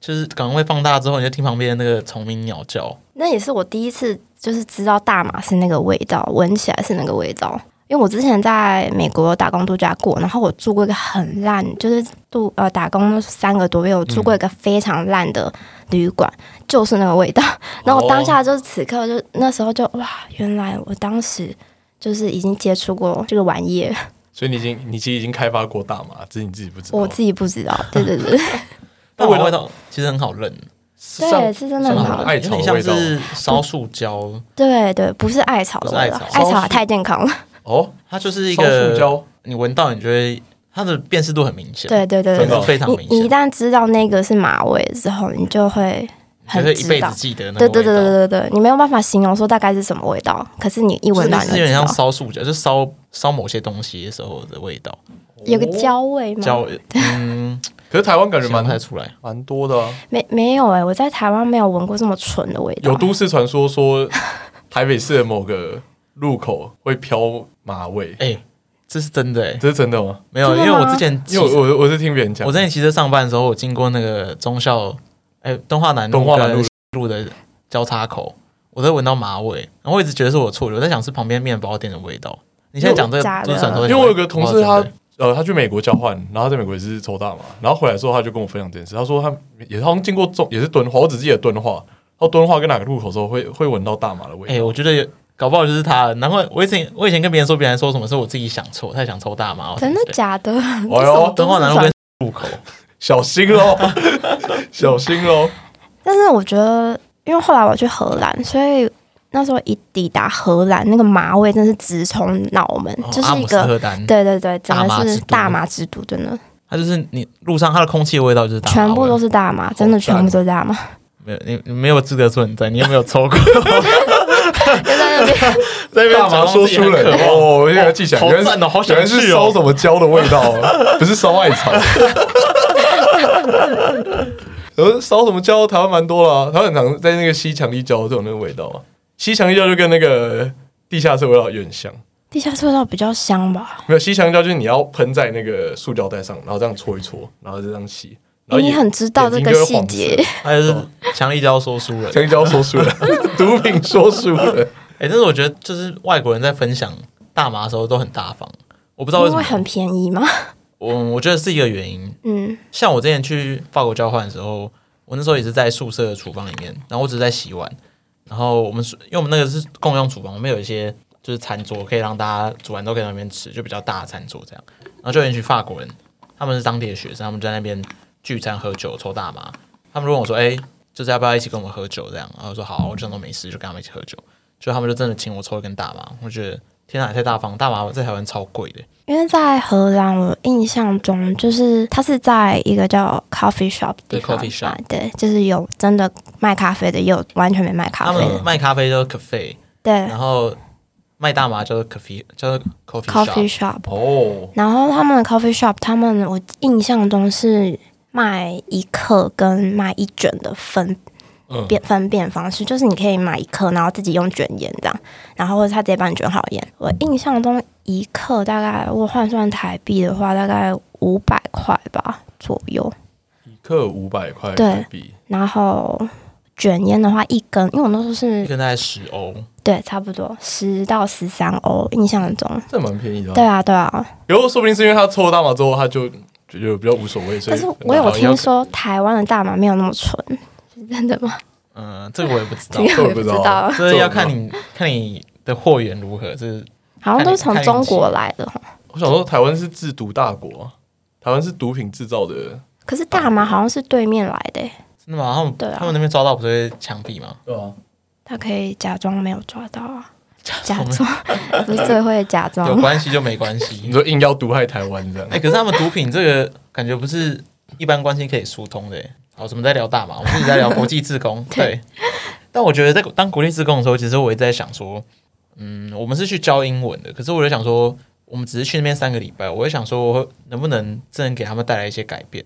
A: 就是赶快放大之后，你就听旁边那个虫鸣鸟叫，
C: 那也是我第一次就是知道大麻是那个味道，闻起来是那个味道。因为我之前在美国打工度假过，然后我住过一个很烂，就是度呃打工三个多月，我住过一个非常烂的旅馆，就是那个味道。 [LAUGHS] 然后我当下就是此刻就那时候就哇，原来我当时就是已经接触过这个玩意儿，
B: 所以你已经你其实已经开发过大麻，只是你自己不知道。
C: 我自己不知道。对对对，
A: 那
B: 那
A: 味
B: 味道
A: 道其实很好认，
C: 对，是真的
A: 很
C: 很
B: 像
C: 好
B: 艾。
A: 有
B: 草
A: 点
B: 的
A: 像
B: 味道
A: 是烧塑胶，
C: 对对，不是艾草的味道
A: 不，是
C: 艾
A: 艾草
C: 草太健康了。
B: 哦，
A: 它就是一
B: 烧塑
A: 个
B: 胶
A: 你闻到你就会它的辨识度很明显，，
C: 对对对对
A: 真
B: 真
C: 对
A: 的
B: 的
A: 非常
C: 你
A: 明
C: 你一
A: 显，
C: 旦知道那个是马尾之后，你就会
A: 就
C: 很
A: 是一
C: 知
A: 辈
C: 道
A: 子。记得那个
C: 对对
A: 味
C: 对对
A: 道。
C: 对对，你没有办法形容说大概是什么味道，可是你一
A: 就是
C: 闻到
A: 类
C: 你
A: 似
C: 就
A: 有点
C: 知道
A: 像，烧塑胶，就是烧烧某些东西的时候的味道，
C: 有个。焦味吗？
A: 焦 [LAUGHS] 嗯，
B: 可是台湾感觉
A: 想不太
B: 蛮
A: 出来。
B: 蛮多的啊，
C: 没没有哎、我在台湾没有闻过这么纯的味道。
B: 有都市传说说 [LAUGHS] 台北市的某个路口会飘马味，
A: 哎，这是真的哎，
B: 这是真的吗？
A: 没有，
C: 真
A: 因
C: 的
A: 为我
C: 吗
A: 之前骑
B: 因为我我我是听别人讲，
A: 我之前骑车上班的时候，我经过那个中校，哎，东华南路
B: 东华南路
A: 跟西路的交叉口，我都闻到麻味，然后我一直觉得是我错觉，我在想是旁边面包店的味道。你现在讲这个
C: 假的
A: 都市传说，
B: 因为我有个同事
A: 我不
B: 他
A: 知道真的，
B: 呃，他去美国交换，然后在美国也是抽大麻，然后回来之后他就跟我分享这件事，他说他也好像经过中也是敦化，我只记得敦化，然后敦化跟哪个路口的时候会会闻到大麻的味道，
A: 哎、我觉得有搞不好就是他，难怪我以前我以前跟别人说，别人说什么是我自己想错，太想抽大麻，
C: 真的
A: 假？
C: 假的？
B: 哎呦，
A: 东华南路跟路口，
B: 小心 [LAUGHS] 喽，小心喽，
C: 但是我觉得，因为后来我去荷兰，所以那时候一抵达荷兰，那个麻味真是直冲脑门，
A: 哦
C: 就
A: 阿
C: 是一
A: 姆斯
C: 个
A: 特丹，
C: 对对对，真
A: 大麻
C: 的
A: 之
C: 是
A: 都
C: 大麻之都，真的。
A: 它就是你路上它的空气的味道就是大麻
C: 全部
A: 味
C: 都是大麻，真的全部都是大麻，
A: 没有你你没有资格说你在，你有没有
B: [LAUGHS]
A: 抽过？
C: 就在那边。
A: 在那边
B: 大麻
A: 假装
B: 说
A: 自己
B: 书
A: 很
B: 人
A: 渴望
B: 哦，我现在记起来，
A: 好
B: 原来
A: 赞哦好想
B: 原来是
A: 去哦
B: 烧什么焦的味道啊， [LAUGHS] 不是烧艾草。呃，烧什么焦？台湾蛮多啦、台湾很常在那个吸强力胶都有那个味道啊。吸强力胶就跟那个地下室味道有点像，
C: 地下室味道比较香吧？
B: 没有吸强力胶就是你要喷在那个塑胶袋上，然后这样搓一搓，然后就这样吸。然后
C: 你
B: 眼
C: 很知道这
B: 眼
C: 个
B: 睛就会
C: 细
B: 黄色
C: 节，
A: 还
B: 哦
A: 是强力胶说书人？
B: [LAUGHS] 强力胶说
C: [LAUGHS]
B: 书人，毒品说书人。
A: 哎、但是我觉得就是外国人在分享大麻的时候都很大方，我不知道为
C: 因
A: 什
C: 为
A: 么。
C: 很便宜嘛。 [LAUGHS]
A: 我我觉得是一个原因。
C: 嗯，
A: 像我之前去法国交换的时候，我那时候也是在宿舍的厨房里面，然后我只是在洗碗，然后我们是因为我们那个是共用厨房，我们有一些就是餐桌可以让大家煮完都可以在那边吃，就比较大的餐桌这样。然后就有一群法国人，他们是当地的学生，他们就在那边聚餐喝酒抽大麻。他们就问我说：“哎、就是要不要一起跟我们喝酒？”这样，然后我说：“好啊，我这样都没事，就跟他们一起喝酒。”就他们就真的请我抽一根大麻，我觉得天啊，也太大方！大麻在台湾超贵的，
C: 因为在荷兰，我印象中就是它是在一个叫 coffee shop 的地
A: 对
C: 方
A: coffee shop
C: 买对，就是有真的卖咖啡的，也有完全没卖咖
A: 他
C: 啡的，
A: 们卖咖啡叫 cafe，
C: 对
A: 然后卖大麻叫做 coffee，叫做 coffee
C: coffee
A: shop。
C: shop。
B: 哦，
C: 然后他们的 coffee shop，他们我印象中是卖一克跟卖一卷的分
B: 嗯，
C: 辨分辨方式，就是你可以买一克，然后自己用卷烟这样，然后或者他直接帮你卷好烟。我印象中一克大概我换算台币的话，大概五百块吧左右。
B: 一克五百块
C: 对
B: 台币，
C: 然后卷烟的话，一根，因为我那时候
A: 一
C: 是
A: 根大概十欧，
C: 对差不多十到十三欧，印象中。
B: 这蛮便宜的啊。
C: 对啊，对啊。
B: 然后说不定是因为他抽了大麻之后，他就觉得比较无所谓，所
C: 但
B: 以
C: 是我有
A: 好
C: 听说台湾的大麻没有那么纯， [LAUGHS] 是真的吗？
A: 嗯、这个我也不知道
C: 这，个
B: 这
C: 我
B: 我
C: 也
B: 不
C: 不
B: 知
C: 知
B: 道
C: 道，啊
A: 所以要看你看你的货源如何。这是
C: 好像都是从中国来的。
B: 我想说，台湾是制毒大国啊，台湾是毒品制造的，
C: 可是大
A: 哦
C: 麻好像是对面来的，欸
A: 真的吗？他们、
C: 对啊
A: 他们那边抓到不是会枪毙吗？
B: 对啊，
C: 他可以假装没有抓到啊，假
A: 装
C: 装 [LAUGHS] 不是最会假
A: 有
C: 装。
A: 关系就没关
B: 你
A: 系。
B: 说硬要毒害台湾这样
A: 哎、，可是他们毒品这个感觉不是一般关系可以疏通的欸耶。好，我们在聊大麻，我们自己在聊国际志工。对，但我觉得在当国际志工的时候，其实我一直在想说，嗯，我们是去教英文的，可是我就想说，我们只是去那边三个礼拜，我就想说，能不能真的给他们带来一些改变？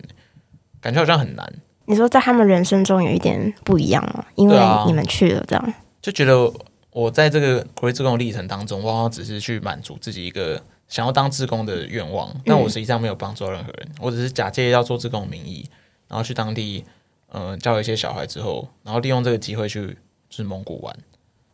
A: 感觉好像很难。
C: 你说在他们人生中有一点不一样吗？因为
A: 对啊
C: 你们去了这样，
A: 就觉得我在这个国际志工的历程当中，我好像只是去满足自己一个想要当志工的愿望，但我实际上没有帮助到任何人，我只是假借要做志工的名义，然后去当地嗯、呃教一些小孩之后，然后利用这个机会去就是蒙古玩。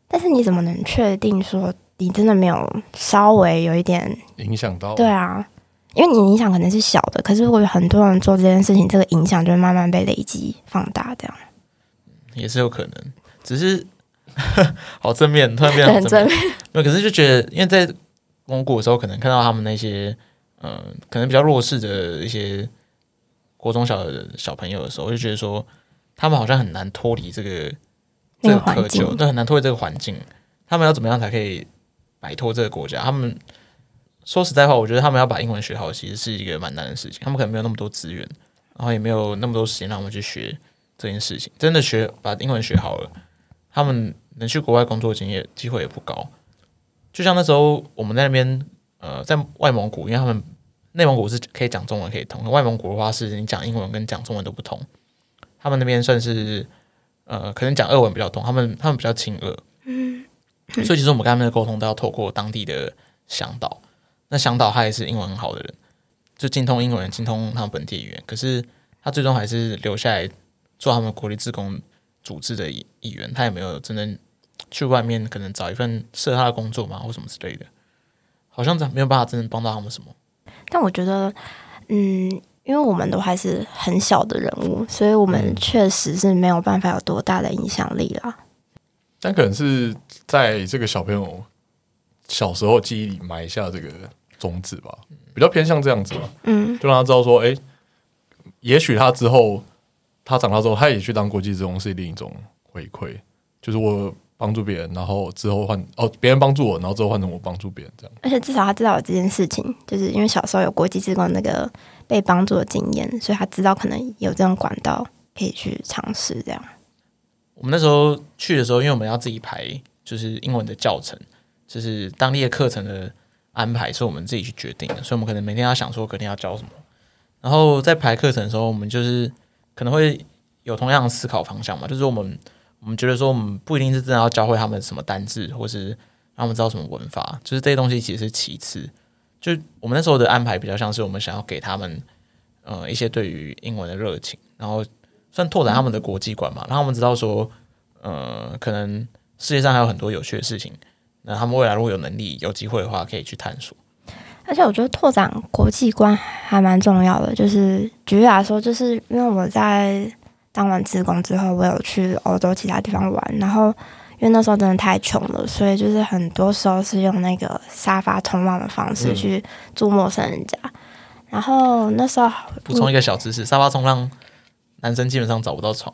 C: 但是你怎么能确定说你真的没有稍微有一点？
B: 影响
A: 哦
B: 到
C: 对啊，因为你影响可能是小的，可是如果有很多人做这件事情，这个影响就会慢慢被累积放大，这样
A: 也是有可能，只是 [LAUGHS] 好正面，突然变得好
C: [LAUGHS] 对很
A: 正
C: 正
A: 面。没有，可是就觉得，因为在蒙古的时候，可能看到他们那些，嗯、可能比较弱势的一些国中小的小朋友的时候，我就觉得说，他们好像很难脱离这个这
C: 那
A: 个
C: 个环
A: 窠
C: 境
A: 臼，对，很难脱离这个环境。他们要怎么样才可以摆脱这个国家？他们说实在话，我觉得他们要把英文学好，其实是一个蛮难的事情。他们可能没有那么多资源，然后也没有那么多时间让我们去学这件事情。真的学把英文学好了，他们能去国外工作的经验机会也不高。就像那时候我们在那边，呃，在外蒙古，因为他们内蒙古是可以讲中文可以通，外蒙古的话是你讲英文跟讲中文都不通。他们那边算是呃，可能讲俄文比较通，他们他们比较亲俄，嗯，所以其实我们跟他们的沟通都要透过当地的向导。那向导他也是英文很好的人，就精通英文，精通他们本地语言，可是他最终还是留下来做他们国立职工组织的一一员，他也没有真正去外面可能找一份适合他的工作嘛，或什么之类的，好像真没有办法真正帮到他们什么。
C: 但我觉得，嗯，因为我们都还是很小的人物，所以我们确实是没有办法有多大的影响力啦。
B: 但可能是在这个小朋友小时候记忆里埋下这个种子吧，比较偏向这样子吧，
C: 嗯，
B: 就让他知道说，哎、也许他之后他长大之后，他也去当国际职工是另一种回馈，就是我帮助别人，然后之后换哦，别人帮助我，然后之后换成我帮助别人
A: [LAUGHS]
B: 这样。
C: 而且至少他知道有这件事情，就是因为小时候有国际职工那个被帮助的经验，所以他知道可能有这种管道可以去尝试这样。
A: 我们那时候去的时候，因为我们要自己排，就是英文的教程，就是当地的课程的安排是我们自己去决定的，所以我们可能每天要想说隔天要教什么。然后在排课程的时候，我们就是可能会有同样的思考方向嘛，就是我们我们觉得说我们不一定是真的要教会他们什么单字，或是让他们知道什么文法，就是这些东西其实是其次。就我们那时候的安排比较像是我们想要给他们呃一些对于英文的热情，然后算拓展他们的国际观嘛，让他们知道说，呃，可能世界上还有很多有趣的事情。那他们未来如果有能力、有机会的话，可以去探索。
C: 而且我觉得拓展国际观还蛮重要的。就是举例来说，就是因为我在当完职工之后，我有去欧洲其他地方玩，然后因为那时候真的太穷了，所以就是很多时候是用那个沙发冲浪的方式
B: 嗯
C: 去住陌生人家。然后那时候
A: 补充一个小知识：沙发冲浪，男生基本上找不到床，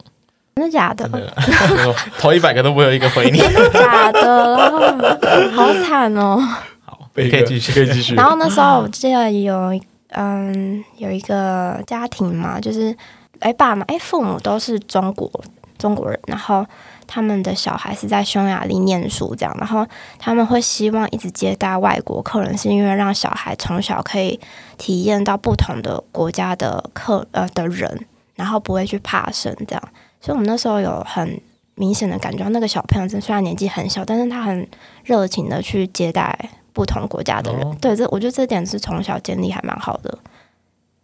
C: 真的假的
A: 真？的，头一百个都不会有一个回
B: [LAUGHS]
A: 你。
C: 假的啦，好惨哦。
A: 好，
B: 贝
A: 可
B: 哥
A: 以继续，
B: 可以继续。
C: 然后那时候我记得有一嗯有一个家庭嘛，就是哎爸妈哎父母都是中国中国人，然后他们的小孩是在匈牙利念书这样，然后他们会希望一直接待外国客人，是因为让小孩从小可以体验到不同的国家的客呃的人，然后不会去怕生这样。所以我们那时候有很明显的感觉到，那个小朋友真虽然年纪很小，但是他很热情的去接待不同国家的人。
B: 哦
C: 对，这我觉得这点是从小建立还蛮好的。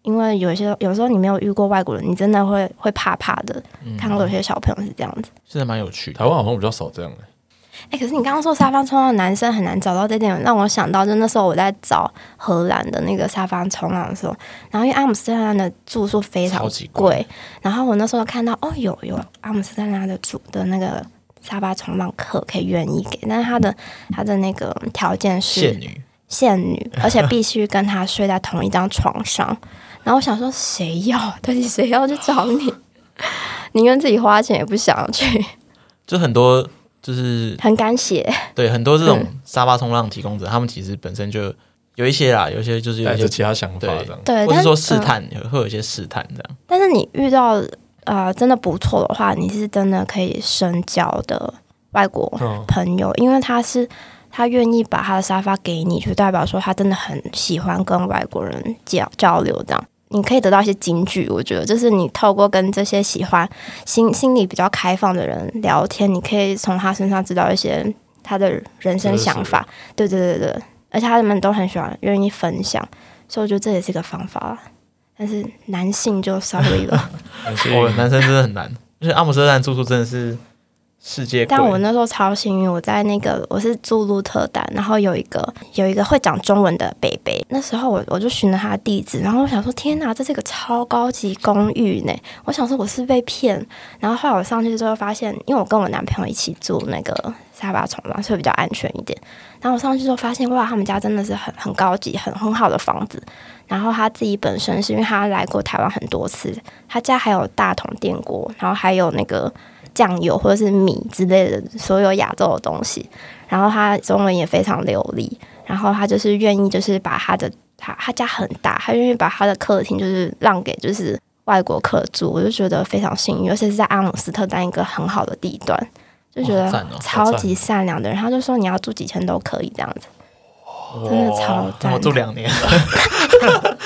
C: 因为有一些有时候你没有遇过外国人，你真的会会怕怕的。
A: 嗯，
C: 看过有些小朋友是这样子。
A: 是蛮有趣的。
B: 台湾好像比较少这样、欸，
C: 哎、可是你刚刚说沙发冲浪男生很难找到这点，让我想到就那时候我在找荷兰的那个沙发冲浪的时候，然后因为阿姆斯特丹的住宿非常
A: 超级
C: 贵，然后我那时候看到哦有有阿姆斯特丹的住的那个沙发冲浪课可以愿意给，但是他的他的那个条件是
A: 现女，
C: 限女，
A: [LAUGHS]
C: 而且必须跟他睡在同一张床上。然后我想说，谁要？ [LAUGHS] 到底谁要去找你？ [LAUGHS] 宁愿自己花钱也不想要去，
A: 就很多就是
C: 很敢写。
A: 对很多这种
C: 嗯
A: 沙发冲浪提供者，他们其实本身就有一些啦，有一些就是有
B: 带
A: 一
B: 着
A: 些
B: 欸其他想法
A: 对
B: 这样。
C: 对，
A: 或
C: 但
A: 是说
C: 嗯
A: 试探，会有一些试探这样。
C: 但是你遇到呃真的不错的话，你是真的可以深交的外国
B: 嗯，
C: 朋友，因为他是他愿意把他的沙发给你，就代表说他真的很喜欢跟外国人交交流这样。你可以得到一些金句，我觉得就是你透过跟这些喜欢心心里比较开放的人聊天，你可以从他身上知道一些他的人生想法。对对对对，而且他们都很喜欢，愿意分享，所以我觉得这也是一个方法啦。但是男性就 sorry 了。
B: 感谢
A: 我哦男生真的很难，就是阿姆斯特丹住宿真的是世界贵。
C: 但我那时候超幸运，我在那个我是住鹿特丹，然后有一个有一个会讲中文的北北，那时候我我就寻了他的地址，然后我想说天哪，这是一个超高级公寓呢，我想说我是被骗，然后后来我上去之后发现，因为我跟我男朋友一起住那个沙发床嘛，所以比较安全一点。然后我上去之后发现，哇，他们家真的是很很高级、很很好的房子。然后他自己本身是因为他来过台湾很多次，他家还有大桶电锅，然后还有那个酱油或者是米之类的所有亚洲的东西。然后他中文也非常流利，然后他就是愿意就是把他的他他家很大，他愿意把他的客厅就是让给就是外国客住，我就觉得非常幸运，尤其是在阿姆斯特丹一个很好的地段，就觉
A: 哇好
C: 得
A: 赞哦
C: 超级善良的人，他就说你要住几天都可以这样子，
A: 哦
C: 真的超
A: [LAUGHS]
C: 赞。
A: 我住两年，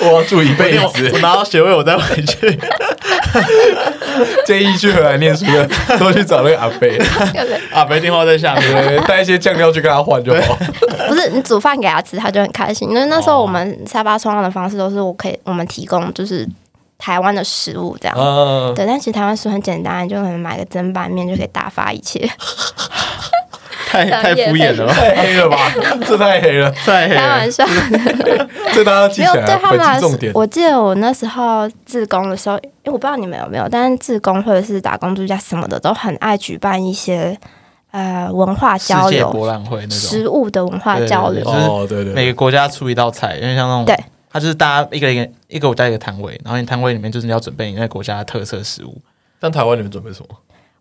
B: 我要住一辈
A: 我
B: 子，
A: 拿到学位我再回去。
B: [LAUGHS] 建议去荷兰念书的都去找那个阿
A: [LAUGHS]
B: 贝，
A: 啊，没电话在 [LAUGHS] 下面。
B: 对带一些酱料去跟他换就好。
C: 不是你煮饭给他吃，他就很开心。因为那时
A: 哦
C: 候我们沙发冲浪的方式都是我可以我们提供就是台湾的食物这样。
B: [LAUGHS] 啊，
C: 对，但其实台湾食物很简单，你就可能买个蒸拌面就可以打发一切。
A: 太 [LAUGHS] 太敷衍了吧？
B: 呃太黑
A: [LAUGHS]
B: 了吧，这太黑了，
A: 太黑
C: [LAUGHS] 开
A: 了 [LAUGHS]
C: 玩。笑，
B: 这大家记
C: 没
B: 起
C: 有
B: 来
C: 对
B: 啊，
C: 他们
B: 本
C: 来
B: 期
C: 说
B: 重点，。
C: 我记得我那时候自工的时候，因为我不知道你们有没有，但是自工或者是打工度假什么的，都很爱举办一些呃文化交
A: 世界
C: 流、
A: 博览会那种，
C: 食物的文化
A: 对对
C: 交
A: 对
C: 流。
A: 就是
B: 哦，对对
A: 每
B: 对，
A: 个国家出一道菜，因为像那种，
C: 对，
A: 它就是大家一个一个一个国家一个摊位，然后你摊位里面就是你要准备你那个国家的特色食物，
B: 但台湾你们准备什么？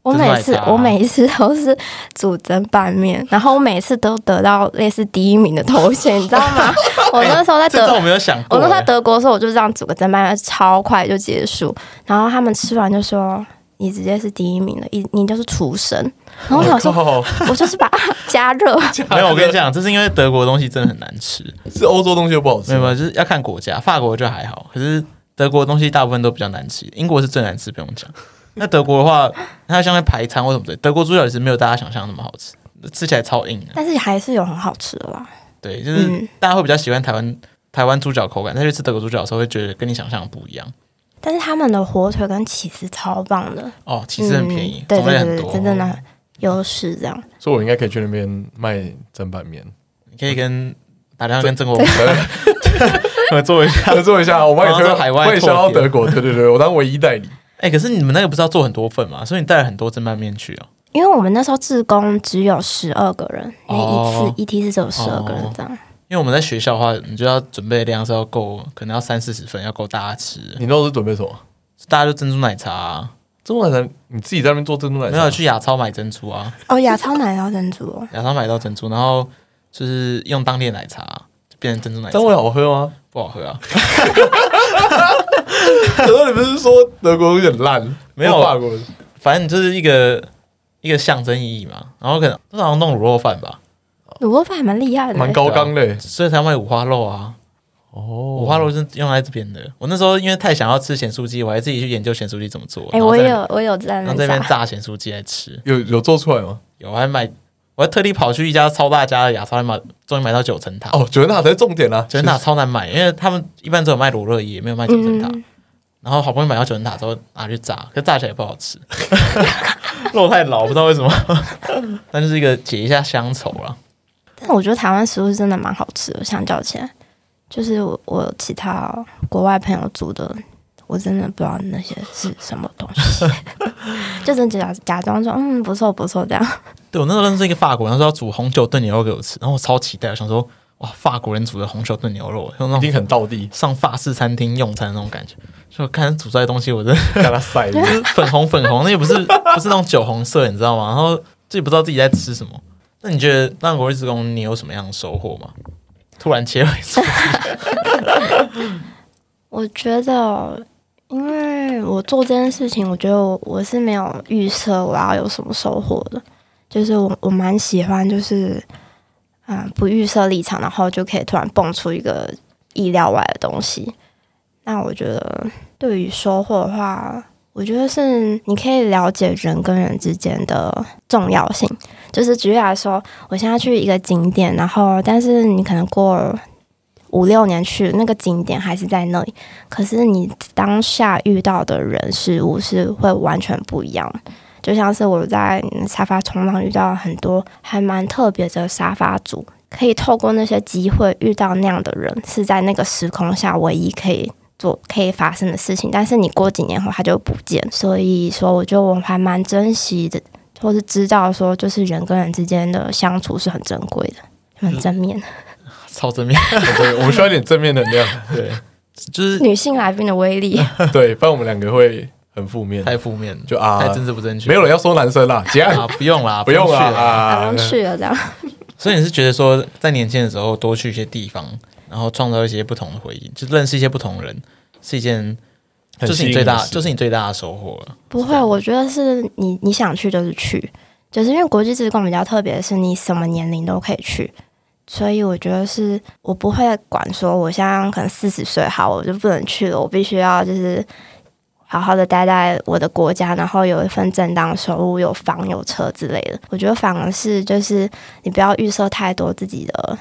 C: 我我
A: 真的
C: 每
A: 爱
C: 次
A: 搭
C: 我每一次都是主蒸拌面，然后我每次都得到类似第一名的头衔，你知道
A: [LAUGHS]
C: 吗？我那时候在
A: 哎这招我
C: 德，
A: 没有想过
C: 我那时候
A: 欸、
C: 在德国的时候，我就这样煮个蒸拌面，超快就结束。然后他们吃完就说：“你直接是第一名了，你你就是厨神。”然后我
A: ，Oh
C: 想说，
B: 靠，
C: 我就是把 [LAUGHS] 它加热，
A: 没有，我跟你讲，这是因为德国的东西真的很难吃，
B: 是欧洲东西又不好吃
A: 没有，没有，就是要看国家。法国就还好，可是德国的东西大部分都比较难吃，英国是最难吃，不用讲。那德国的话，它像在排餐或什么的，德国猪脚其实没有大家想象那么好吃，吃起来超硬的。
C: 但是还是有很好吃的啦。
A: 对，就是
C: 嗯
A: 大家会比较喜欢台湾台湾猪脚口感，但是吃德国猪脚的时候会觉得跟你想象的不一样。
C: 但是他们的火腿跟起司超棒的，
A: 哦，其实很便宜
C: 嗯，对
A: 种类
C: 对
A: 很
C: 对
A: 多，哦
C: 对，真的呢优势这样。
B: 所以我应该可以去那边卖蒸拌面，
A: 你可以跟打电话跟郑国合作一下。
B: 合作一下，我帮你
A: 帮他
B: 推
A: 做海外
B: 我也销到
A: 拓点
B: 德国，对对对，我当唯一代理。
A: [LAUGHS] 哎、可是你们那个不是要做很多份嘛，所以你带了很多蒸拌面去哦。
C: 因为我们那时候志工只有十二个人，那一次、
A: 哦
C: 一梯是只有十二个人
A: 哦
C: 这样。
A: 因为我们在学校的话，你就要准备的量是要够，可能要三四十份，要够大家吃。
B: 你那时候准备什么？
A: 大家就珍珠奶茶、啊，
B: 珍珠奶茶，你自己在那边做珍珠奶
A: 没
B: 茶？
A: 有去亚超买珍珠啊，
C: 哦，亚超买到珍珠哦，
A: 亚超买到珍珠，然后就是用当地的奶茶、就变成珍珠奶茶
B: 珍，珠奶茶好喝
A: [LAUGHS]
B: 吗？
A: 不好喝啊。
B: 可是你不是说德国有点烂，
A: 没有
B: 或法国
A: 反正就是一个一个象征意义嘛。然后可能那时候好像弄卤肉饭吧，
C: 卤肉饭还蛮厉害的，
B: 蛮高纲的欸
A: 所以才卖五花肉啊。
B: 哦
A: 五花肉是用在这边的。我那时候因为太想要吃咸酥鸡，我还自己去研究咸酥鸡怎么做。
C: 哎、
A: 然后
C: 我
A: 在
C: 也
A: 那
C: 有我有在
A: 然
C: 那
A: 后在那
C: 边
A: 边炸咸酥鸡来吃。
B: 有有做出来吗？
A: 有，我还买，我还特地跑去一家超大家的亚超来买，终于买到九层塔。
B: 哦，九层塔才是重点啦，
A: 九层塔超难买，因为他们一般只有卖罗勒叶，没有卖九层塔。
C: 嗯，
A: 然后好不容易买到九层塔之后，拿去炸，可是炸起来也不好吃， [LAUGHS] 肉太老，不知道为什么。 [LAUGHS] 但就是一个解一下乡愁啊啦。
C: 但我觉得台湾食物真的蛮好吃的，相较起来，就是我我其他国外朋友煮的，我真的不知道那些是什么东
A: [LAUGHS]
C: 西，就真的假假装说嗯不错不错这样。
A: 对我那时候认识一个法国人，他说要煮红酒炖牛肉给我吃，然后我超期待，我想说哇，法国人煮的红酒炖牛肉，用那种，
B: 一定很道地
A: [LAUGHS] 上法式餐厅用餐的那种感觉。就看煮出来的东西，我真的
B: 跟他塞的。
A: 就是粉红粉红，那也不是不是那种酒红色，你知道吗？然后自己不知道自己在吃什么。那你觉得让国瑞职工你有什么样的收获吗？突然切回主题
C: 我觉得，因为我做这件事情，我觉得我我是没有预设我要有什么收获的，就是我我蛮喜欢，就是嗯、不预设立场，然后就可以突然蹦出一个意料外的东西。那我觉得对于收获的话，我觉得是你可以了解人跟人之间的重要性。就是举例来说，我现在去一个景点，然后但是你可能过了五六年去那个景点还是在那里，可是你当下遇到的人事物是会完全不一样。就像是我在沙发冲浪遇到很多还蛮特别的沙发族，可以透过那些机会遇到那样的人，是在那个时空下唯一可以做可以发生的事情。但是你过几年后他就不见，所以说我觉得我还蛮珍惜的，或是知道说就是人跟人之间的相处是很珍贵的，很正面。
A: [LAUGHS] 超正面，
B: 对，我们需要一点正面能量。
A: [LAUGHS] 对，就是
C: 女性来宾的威力。
B: 对，不然我们两个会很负面，
A: 太负面了，
B: 就啊
A: 太政治不正确，
B: 没有人要说男
A: [LAUGHS]
B: 生啦，结案
A: 啊，不用啦，
B: [LAUGHS] 不用
A: 去
B: 啦
A: 啦。
B: 啊
C: 刚。去了这样。
A: 所以你是觉得说，在年轻的时候多去一些地方，然后创造一些不同的回忆，就认识一些不同人，是一件
B: 很
A: 就是
B: 吸
A: 你
B: 引
A: 最大
B: 的事
A: 就是你最大的收获了。
C: 不会，我觉得是你你想去就是去，就是因为国际职工比较特别的是，你什么年龄都可以去，所以我觉得是我不会管说我现在可能四十岁好，我就不能去了，我必须要就是好好的待在我的国家，然后有一份正当收入，有房有车之类的。我觉得反而是就是你不要预设太多自己的。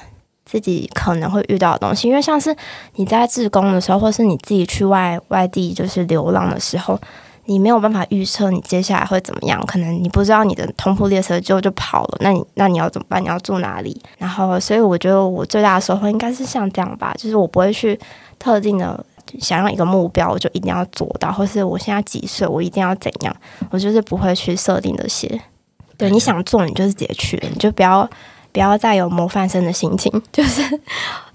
C: 自己可能会遇到的东西，因为像是你在自工的时候，或是你自己去外外地就是流浪的时候，你没有办法预测你接下来会怎么样，可能你不知道你的通铺列车就就跑了，那你那你要怎么办？你要住哪里？然后，所以我觉得我最大的收获应该是像这样吧，就是我不会去特定的想要一个目标，我就一定要做到，或是我现在几岁，我一定要怎样，我就是不会去设定这些。对，你想做你就是直接去了，你就不要不要再有模范生的心情，就是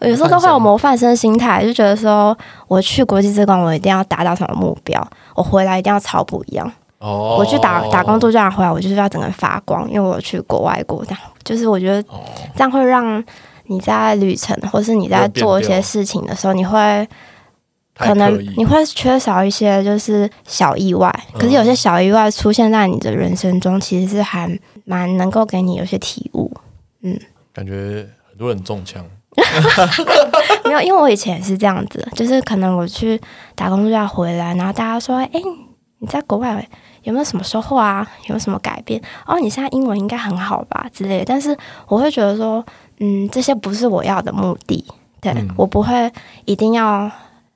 C: 有时候都会有模范生心态，就觉得说我去国际职工，我一定要达到什么目标，我回来一定要超不一样。
B: 哦
C: 我去打打工度假回来，我就是要整个发光，因为我去国外过，这样就是我觉得
B: 哦，
C: 这样会让你在旅程或是你在做一些事情的时候，你会
B: 太
C: 可能
B: 刻意
C: 你会缺少一些就是小意外，
B: 嗯
C: 可是有些小意外出现在你的人生中，其实是还蛮能够给你有些体悟。
B: 感觉很多人中枪，
C: [LAUGHS] 没有，因为我以前也是这样子，就是可能我去打工度假回来，然后大家说：“哎、你在国外有没有什么收获啊？有没有什么改变？哦，你现在英文应该很好吧之类的。”但是我会觉得说，嗯，这些不是我要的目的，对、
B: 嗯
C: 我不会一定要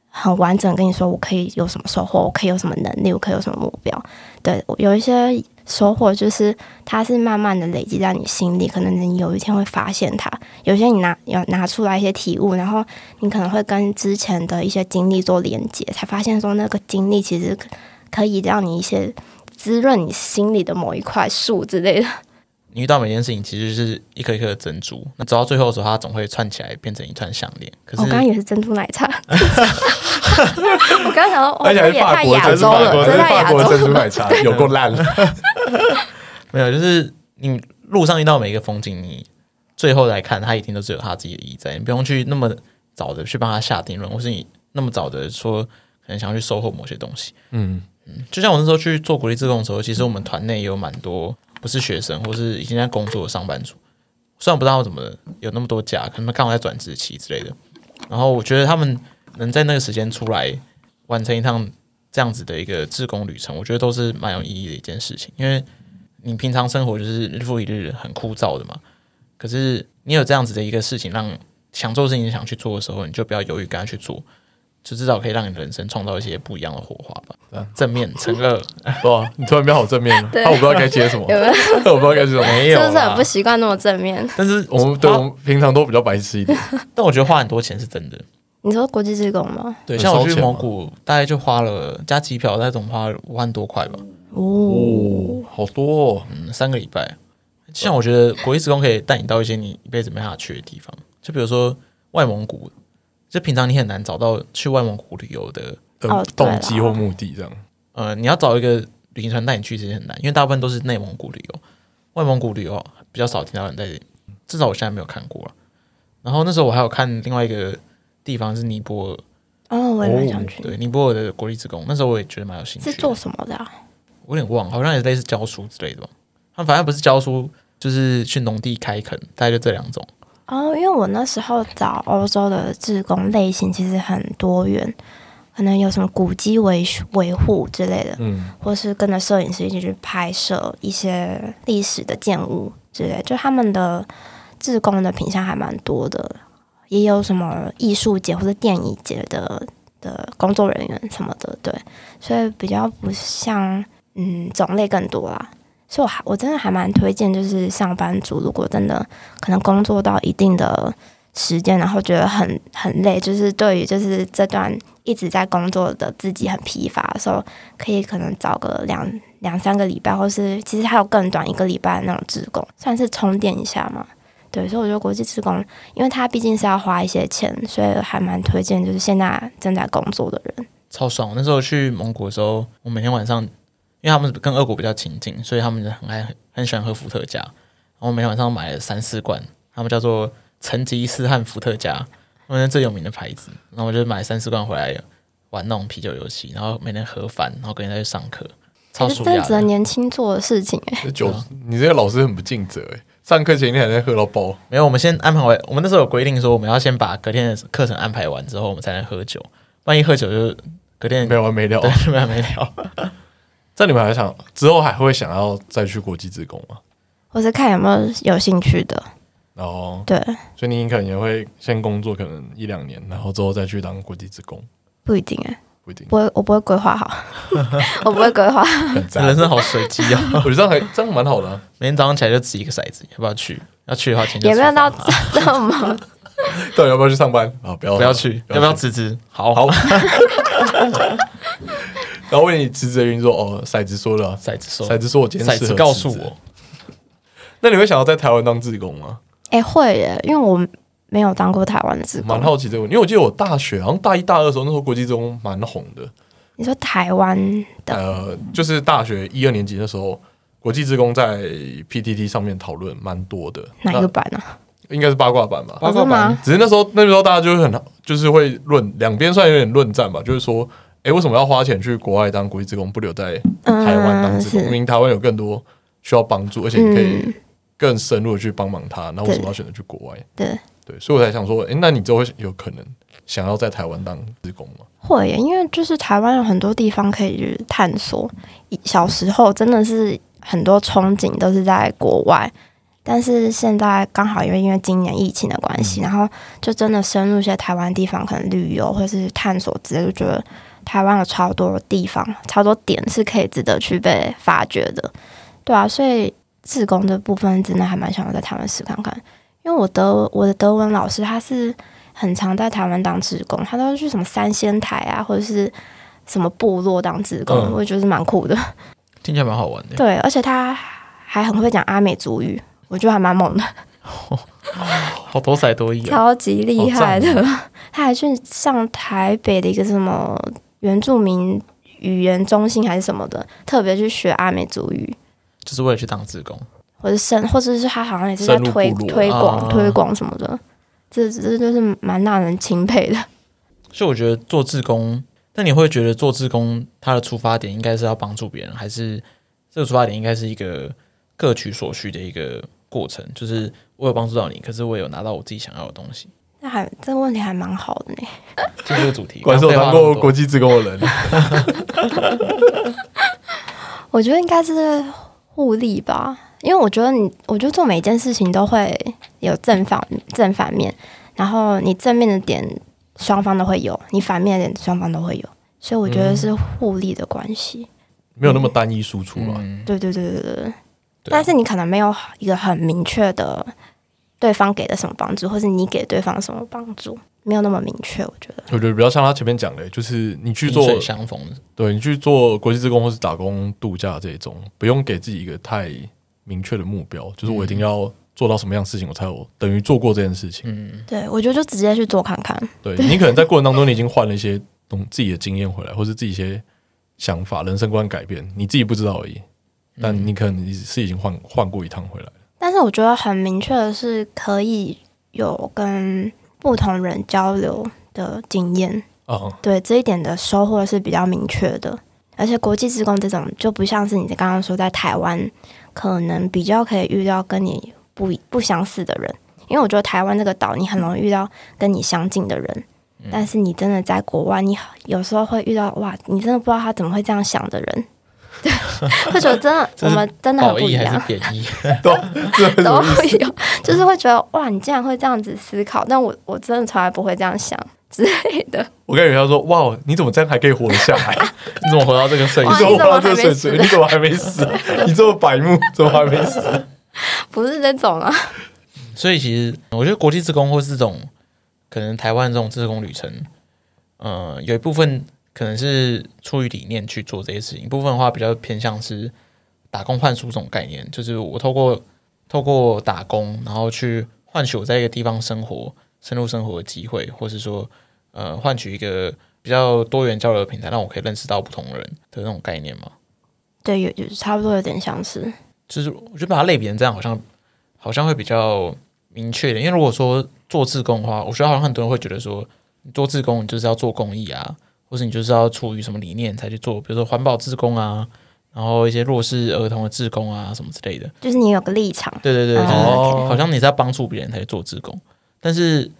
C: 很完整跟你说我可以有什么收获，我可以有什么能力，我可以有什么目标。对，我有一些收获就是它是慢慢的累积在你心里，可能你有一天会发现它。有些你拿有拿出来一些体悟，然后你可能会跟之前的一些经历做连接，才发现说那个经历其实可可以让你一些滋润你心里的某一块树之类的。
A: 你遇到每件事情其实是一颗一颗的珍珠，那走到最后的时候，它总会串起来变成一串项链。可
C: 我哦刚刚
A: 是
C: 也是珍珠奶茶，我刚刚想说，哦，
B: 而且还
C: 这
B: 是
C: 也
B: 法
C: 太
B: 国，
C: 亚
B: 真是
C: 洲
B: 法国，真
C: 了，这
B: 是
C: 太亚
B: 法国
C: 洲
B: 的珍珠
C: 了。
B: 奶茶有够
C: [LAUGHS]
B: 烂了。
A: 没有，就是你路上遇到每一个风景，你最后来看，它一定都是有它自己的意义在，你不用去那么早的去帮它下定论，或是你那么早的说可能想要去收获某些东西。
B: 嗯，
A: 就像我那时候去做国立自贡的时候，其实我们团内也有蛮多不是学生或是已经在工作的上班族，虽然不知道他们怎么有那么多假，可能他们刚好在转职期之类的。然后我觉得他们能在那个时间出来完成一趟这样子的一个志工旅程，我觉得都是蛮有意义的一件事情。因为你平常生活就是日复一日很枯燥的嘛，可是你有这样子的一个事情，让想做的事情想去做的时候，你就不要犹豫，赶快去做，就至少可以让你人生创造一些不一样的火花吧。
B: 啊
A: 正面乘二，
B: 对啊，你突然变好正面了，
C: 对
B: 啊，我不知道该接什么，
C: 有没有？
B: [LAUGHS] 我不知道该接什么。
A: 没
C: 是
A: 有啊
C: 不是很
A: 啦
C: 不。习惯那么正面？
A: 但是
B: [LAUGHS] 我们对
A: 花
B: 我们平常都比较白痴一点，
A: 但我觉得花很多钱是真的。
C: 你说国际职工吗？
A: 对，
B: 很
A: 像我
B: 烧
A: 去
B: 钱
A: 蒙
B: 嘛
A: 古，大概就花了加机票，大概总花了五万多块吧，
C: 哦，
B: 好多哦。
A: 嗯，三个礼拜。像我觉得国际职工可以带你到一些你一辈子没办法去的地方，就比如说外蒙古，就平常你很难找到去外蒙古旅游的，
B: 呃
C: 哦对
B: 动机
C: 啦
B: 或目的这样，
A: 呃，你要找一个旅行团带你去其实很难，因为大部分都是内蒙古旅游，外蒙古旅游比较少听到人在，至少我现在没有看过了。然后那时候我还有看另外一个地方是尼泊尔，
C: 哦，我也蛮想去。
A: 对，尼泊尔的国立职工，那时候我也觉得蛮有兴趣
C: 是
A: 的。
C: 做什么的啊？
A: 我有点忘，好像也类似教书之类的吧。他们反正不是教书，就是去农地开垦，大概就这两种。
C: 哦，因为我那时候找欧洲的志工类型其实很多元，可能有什么古迹维修维护之类的，
B: 嗯，
C: 或是跟着摄影师一起去拍摄一些历史的建物之类，就他们的志工的品相还蛮多的，也有什么艺术节或者电影节的的工作人员什么的，对，所以比较不像嗯种类更多啦。所以我还我真的还蛮推荐，就是上班族如果真的可能工作到一定的时间，然后觉得很很累，就是对于就是这段一直在工作的自己很疲乏的时候，可以可能找个两两三个礼拜，或是其实还有更短一个礼拜的那种职工，算是充电一下嘛。对，所以我觉得国际职工，因为他毕竟是要花一些钱，所以还蛮推荐就是现在正在工作的人。
A: 超爽！我那时候去蒙古的时候，我每天晚上，因为他们跟俄国比较亲近，所以他们很爱很喜欢喝伏特加。然后我每天晚上买了三四罐，他们叫做成吉思汗伏特加，他们是最有名的牌子。然后我就买三四罐回来玩那种啤酒游戏，然后每天喝饭，然后跟人家去上课，超
C: 可
A: 舒
C: 是真的
A: 压
C: 只能
A: 的。
C: 年轻做的事情、欸，
A: 啊
B: 这酒，你这个老师很不尽责哎。上课前一天还在喝到爆，
A: 没有，我们先安排完。我们那时候有规定说，我们要先把隔天的课程安排完之后，我们才能喝酒。万一喝酒就隔天
B: 没完没了。
A: 对没完没了。
B: 这你们还想之后还会想要再去国际职工吗？
C: 或是看有没有有兴趣的。
B: 然后，
C: 对，
B: 所以你可能也会先工作，可能一两年，然后之后再去当国际职工，
C: 不一定哎、
B: 不一定。
C: 不会，我不会规划 [LAUGHS] 好，我不会规划。
B: 很
A: 人 [LAUGHS]
B: 赞，
A: 生好随机啊！
B: 我觉得这样还这样蛮好的啊、
A: 每天早上起来就掷一个骰子，要不要去？要去的话，请假
C: 也没有
A: 出发
C: 到这
B: 啊
C: 么，
B: [LAUGHS] 到底要不要去上班啊？不要，
A: 不要去，要不要辞职？好好，
B: 然后问你辞职的原因说，哦，骰子说了啊，
A: 骰子说，
B: 骰子说我今天
A: 骰
B: 适合
A: 子告诉
B: 辞职
A: 我。，
B: 那你会想要在台湾当志工吗？
C: 哎、会耶，因为我没有当过台湾的职
B: 蛮
C: 工，
B: 好奇这个问题，因为我记得我大学好像大一大二的时候，那时候国际职工蛮红的，
C: 你说台湾的
B: 呃，就是大学一二年级的时候，国际职工在 PTT 上面讨论蛮多的，
C: 哪一个版啊？
B: 那应该是八卦版吧？
A: 八卦
C: 真的
A: 版
C: 吗？
B: 只是那时候那时候大家就是很就是会论两边算有点论战吧，就是说，哎、为什么要花钱去国外当国际职工，不留在台湾当
C: 嗯
B: 职工？明
C: 是，
B: 明台湾有更多需要帮助，而且你可以
C: 嗯，
B: 更深入的去帮忙他，那为什么要选择去国外？
C: 对，
B: 对，所以我才想说，哎、那你之后会有可能想要在台湾当职工吗？
C: 会耶，因为就是台湾有很多地方可以去探索。以小时候真的是很多憧憬都是在国外，但是现在刚好因为因为今年疫情的关系，然后就真的深入一些台湾地方，可能旅游或是探索之类，就觉得台湾有超多地方、超多点是可以值得去被发掘的，对啊，所以自工这部分真的还蛮想要在台湾试看看，因为我德我的德文老师他是很常在台湾当职工，他都是去什么三仙台啊，或者是什么部落当职工，
B: 嗯
C: 我觉得是蛮酷的。
A: 听起来蛮好玩的。
C: 对，而且他还很会讲阿美族语，我觉得还蛮猛的，
A: 好多才多艺啊！
C: 超级厉
B: 好
C: 害的。 [LAUGHS] 他还去上台北的一个什么原住民语言中心还是什么的，特别去学阿美族语，
A: 就是为了去当志工，
C: 或者深，或者是他好像也是在
B: 深入
C: 推
B: 部落
C: 推广、
A: 啊
C: 推广什么的。这这就是蛮让人钦佩的，
A: 所以我觉得做志工，那你会觉得做志工他的出发点应该是要帮助别人，还是这个出发点应该是一个各取所需的一个过程？就是我有帮助到你，可是我也有拿到我自己想要的东西。
C: 那还这个问题还蛮好的呢。
A: 就这个主题，
B: 果然是有
A: 刚
B: 当
A: 刚废话那
B: 过
A: 么多
B: 国际职工的人，
C: 我觉得应该是互利吧，因为我觉得你，我觉得做每一件事情都会有正反正反面，然后你正面的点双方都会有，你反面的点双方都会有，所以我觉得是
A: 嗯
C: 互利的关系。
B: [LAUGHS] 没有那么单一输出啊。
A: 嗯
C: 对对对对对对。
A: 对啊
C: 但是你可能没有一个很明确的对方给的什么帮助，或是你给对方什么帮助，没有那么明确。我觉得
B: 我觉得比较像他前面讲的，欸就是你去
A: 萍
B: 做，
A: 水相逢的，
B: 对你去做国际职工或是打工度假这一种，不用给自己一个太明确的目标，就是我一定要做到什么样的事情，我才有等于做过这件事情。
A: 嗯，
C: 对我觉得就直接去做看看。
B: 对你可能在过程当中，你已经换了一些东自己的经验回来，或是自己一些想法、人生观改变，你自己不知道而已。
C: 嗯
B: 但你可能是已经换换过一趟回来了。
C: 但是我觉得很明确的是，可以有跟不同人交流的经验， [LAUGHS]
B: 啊、
C: 对这一点的收获是比较明确的。而且国际职工这种就不像是你刚刚说在台湾，可能比较可以遇到跟你不一不相似的人，因为我觉得台湾这个岛你很容易遇到跟你相近的人，
A: 嗯
C: 但是你真的在国外，你有时候会遇到哇，你真的不知道他怎么会这样想的人，对，会觉得真的
A: [LAUGHS] 这
C: 我
A: 是
C: 们真的很
A: 褒
C: 不一
A: 义还
C: 样
A: 是。贬义？ [LAUGHS]
C: 都会有，就是会觉得哇，你竟然会这样子思考，但我我真的从来不会这样想之类的。 [LAUGHS]
B: 我跟人家说，哇，你怎么这样还可以活得下来？
A: 你怎么回到
C: [LAUGHS]
A: 这个摄影
B: 你
A: 师
C: 哇
B: 怎？么
C: 你怎么
B: 活到这个
C: 还没
B: 岁
C: 死
B: 数？你怎么还没死？你这么白
C: [LAUGHS]
B: 目，怎么还没死？
C: 不是这种啊，
A: 所以其实我觉得国际职工或是这种可能台湾这种职工旅程，呃，有一部分可能是出于理念去做这些事情，一部分的话比较偏向是打工换宿这种概念，就是我透过透过打工，然后去换取我在一个地方生活、深入生活的机会，或是说呃换取一个比较多元交流的平台，让我可以认识到不同人的那种概念嘛。
C: 对，有有差不多有点相似。
A: 就是我觉得把它类别成这样，好像好像会比较明确的。因为如果说做志工的话，我觉得好像很多人会觉得说，你做志工你就是要做公益啊，或是你就是要出于什么理念才去做，比如说环保志工啊，然后一些弱势儿童的志工啊什么之类的。
C: 就是你有个立场，
A: 对对对，就是
C: 哦
A: 好像你在帮助别人才去做志工，但是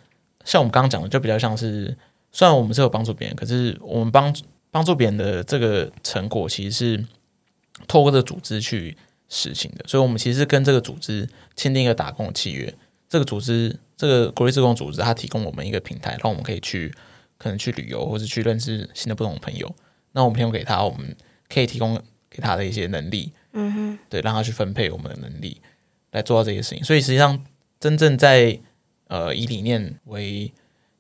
A: 像我们刚刚讲的，就比较像是，虽然我们是有帮助别人，可是我们帮帮助别人的这个成果，其实是透过这个组织去实行的，所以我们其实是跟这个组织签订一个打工的契约。这个组织，这个国际志工组织，它提供我们一个平台，让我们可以去可能去旅游，或者去认识新的不同的朋友。那我们提供给他，我们可以提供给他的一些能力，
C: 嗯哼，
A: 对，让他去分配我们的能力来做到这些事情。所以实际上，真正在呃以理念为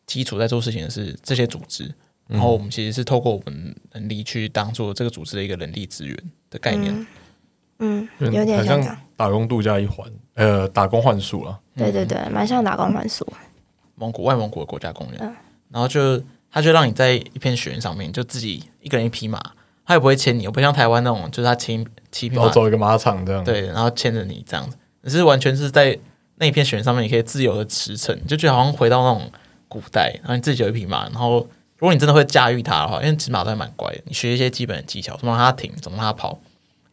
A: 基础在做事情的是这些组织，然后我们其实是透过我们能力去当做这个组织的一个人力资源的概念。
C: 嗯，
B: 嗯
C: 有点
B: 很
C: 像
B: 像
C: 这样。
B: 打工度假一环，呃，打工换
C: 嗯
A: 嗯
B: 宿啊。
C: 对对对，蛮像打工换宿。
A: 蒙古外蒙古的国家公园，
C: 嗯
A: 然后就他就让你在一片雪原上面就自己一个人一匹马，他也不会牵你，又不像台湾那种，就是他牵骑匹
B: 然后
A: 马，
B: 走一个马场这
C: 嗯
B: 样。，
A: 对，然后牵着你这样子，只是完全是在那一片雪原上面，你可以自由的驰骋，你就觉得好像回到那种古代，然后你自己有一匹马，然后如果你真的会驾驭它的话，因为骑马都还蛮乖的，你学一些基本的技巧，怎么让它停，怎么让它跑，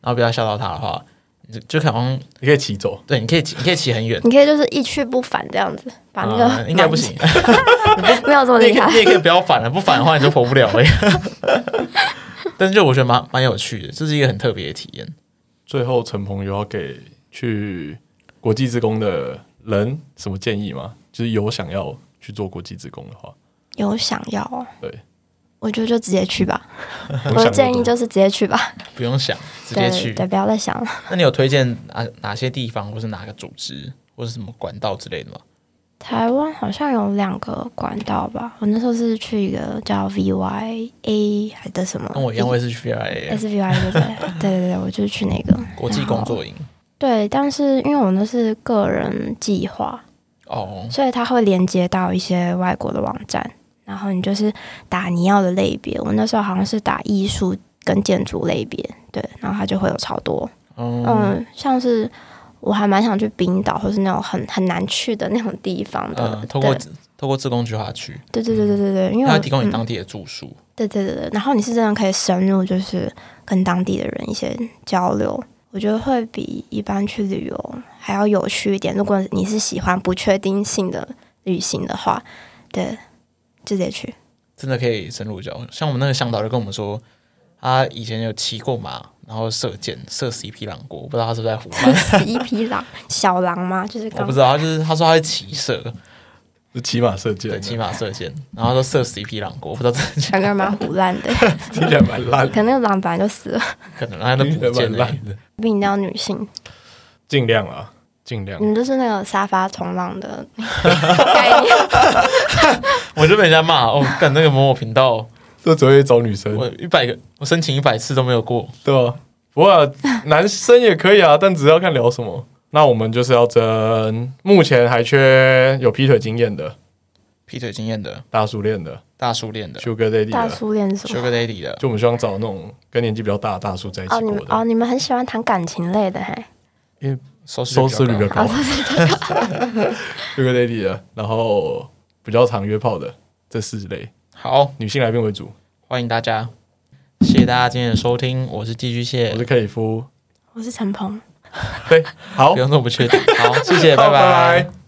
A: 然后不要吓到它的话，你就就好像
B: 你可以骑走，
A: 对，你可以骑，你可以骑很
C: [LAUGHS]
A: 远。
C: 你可以就是一去不返这样子，把那个、
A: 啊应该不
C: [LAUGHS]
A: 行，，
C: 没有这么
A: 你也 [LAUGHS] 可以
C: 厉
A: 你
C: 害。
A: 也可以不要反了，不反的话你就活不了了。 [LAUGHS] 但是就我觉得蛮蛮有趣的，这是一个很特别的体验。
B: 最后陈鹏有要给去国际职工的人什么建议吗？就是有想要去做国际职工的话，
C: 有想要哦，
B: 对，
C: 我觉得就直接去吧。
B: 我
C: 我
B: 想
C: 的建议
B: 过多
C: 就是直接去吧，
A: 不用想，直接
C: 对
A: 去。
C: 对，不要再想了。
A: 那你有推荐哪哪些地方，或是哪个组织，或是什么管道之类的吗？
C: 台湾好像有两个管道吧，我那时候是去一个叫 VYA 还是什么，
A: 跟我一样，我也
C: 嗯
A: 是去 VIA
C: SVY 对不对？ [LAUGHS] 对对对，我就是去那个
A: 国际工。作营。
C: 对，但是因为我那是个人计划，
A: 哦，
C: 所以它会连接到一些外国的网站，然后你就是打你要的类别。我那时候好像是打艺术跟建筑类别，对，然后它就会有超多，
A: 嗯，
C: 嗯，像是我还蛮想去冰岛，或是那种很很难去的那种地方的
A: 嗯，，透过
C: 对
A: 透过自工计划去，
C: 对对对对对对，因为
A: 它
C: 我
A: 会提供你
C: 嗯
A: 当地的住宿。
C: 对对对对，然后你是真的可以深入，就是跟当地的人一些交流，我觉得会比一般去旅游还要有趣一点。如果你是喜欢不确定性的旅行的话，对，就直接去。
A: 真的可以深入交流。像我们那个向导就跟我们说，他以前有骑过马，然后射箭，射死一匹狼过，我不知道他是不是在胡
C: [LAUGHS]
A: 乱，
C: 死一匹狼，小狼吗？就是
A: 啊我
C: 刚
A: 不
C: [LAUGHS]
A: 知道，他就是他说他会骑射，
B: 是骑马射箭啊
A: 对，
B: 的，
A: 骑马射箭，然后他说射死一匹狼过，我不知道真的假
C: 两个人蛮胡乱的，
B: 听起来蛮烂
C: [LAUGHS]
B: 的，
C: 可能那个狼本来就死了，
A: [LAUGHS] 可能他都
B: 听起
A: 不
B: 来
A: 见
B: 蛮
A: 了。
B: 烂的，
C: 毕竟要女性，
B: 尽量啊，尽量
C: 你。们就是那个沙发冲浪
A: [LAUGHS]
C: 的概念。
A: 我就被人家骂，哦，干那个某某频道，
B: 这只会找女生，
A: 我一百个我申请一百次都没有过。
B: 对吧？不过啊男生也可以啊，但只要看聊什么。那我们就是要争，目前还缺有劈腿经验的、
A: 劈腿经验的、
B: 大叔恋的、
A: 大叔恋的、
B: Sugar Daddy
C: [LAUGHS] 大
B: 的，
C: 叔恋是什么？
A: Sugar Daddy 的，
B: 就我们希望找那种跟年纪比较大的大叔在一起
C: 哦，你
B: 过
C: 们
B: 的，
C: 哦，你们很喜欢谈感情类的，嘿，
A: 收
B: 收视率比较
A: 高
B: 高。Sugar Daddy 的，然后比较常约炮的这四类，
A: 好，
B: 女性来宾为主。
A: 欢迎大家，谢谢大家今天的收听，我是寄居蟹
B: 我，是克里夫，
C: [LAUGHS] 我是陈鹏。
B: 对，
A: [LAUGHS]
B: 好
A: 不，用这么不确定。好，谢谢，拜
B: 好
A: 拜。
B: 拜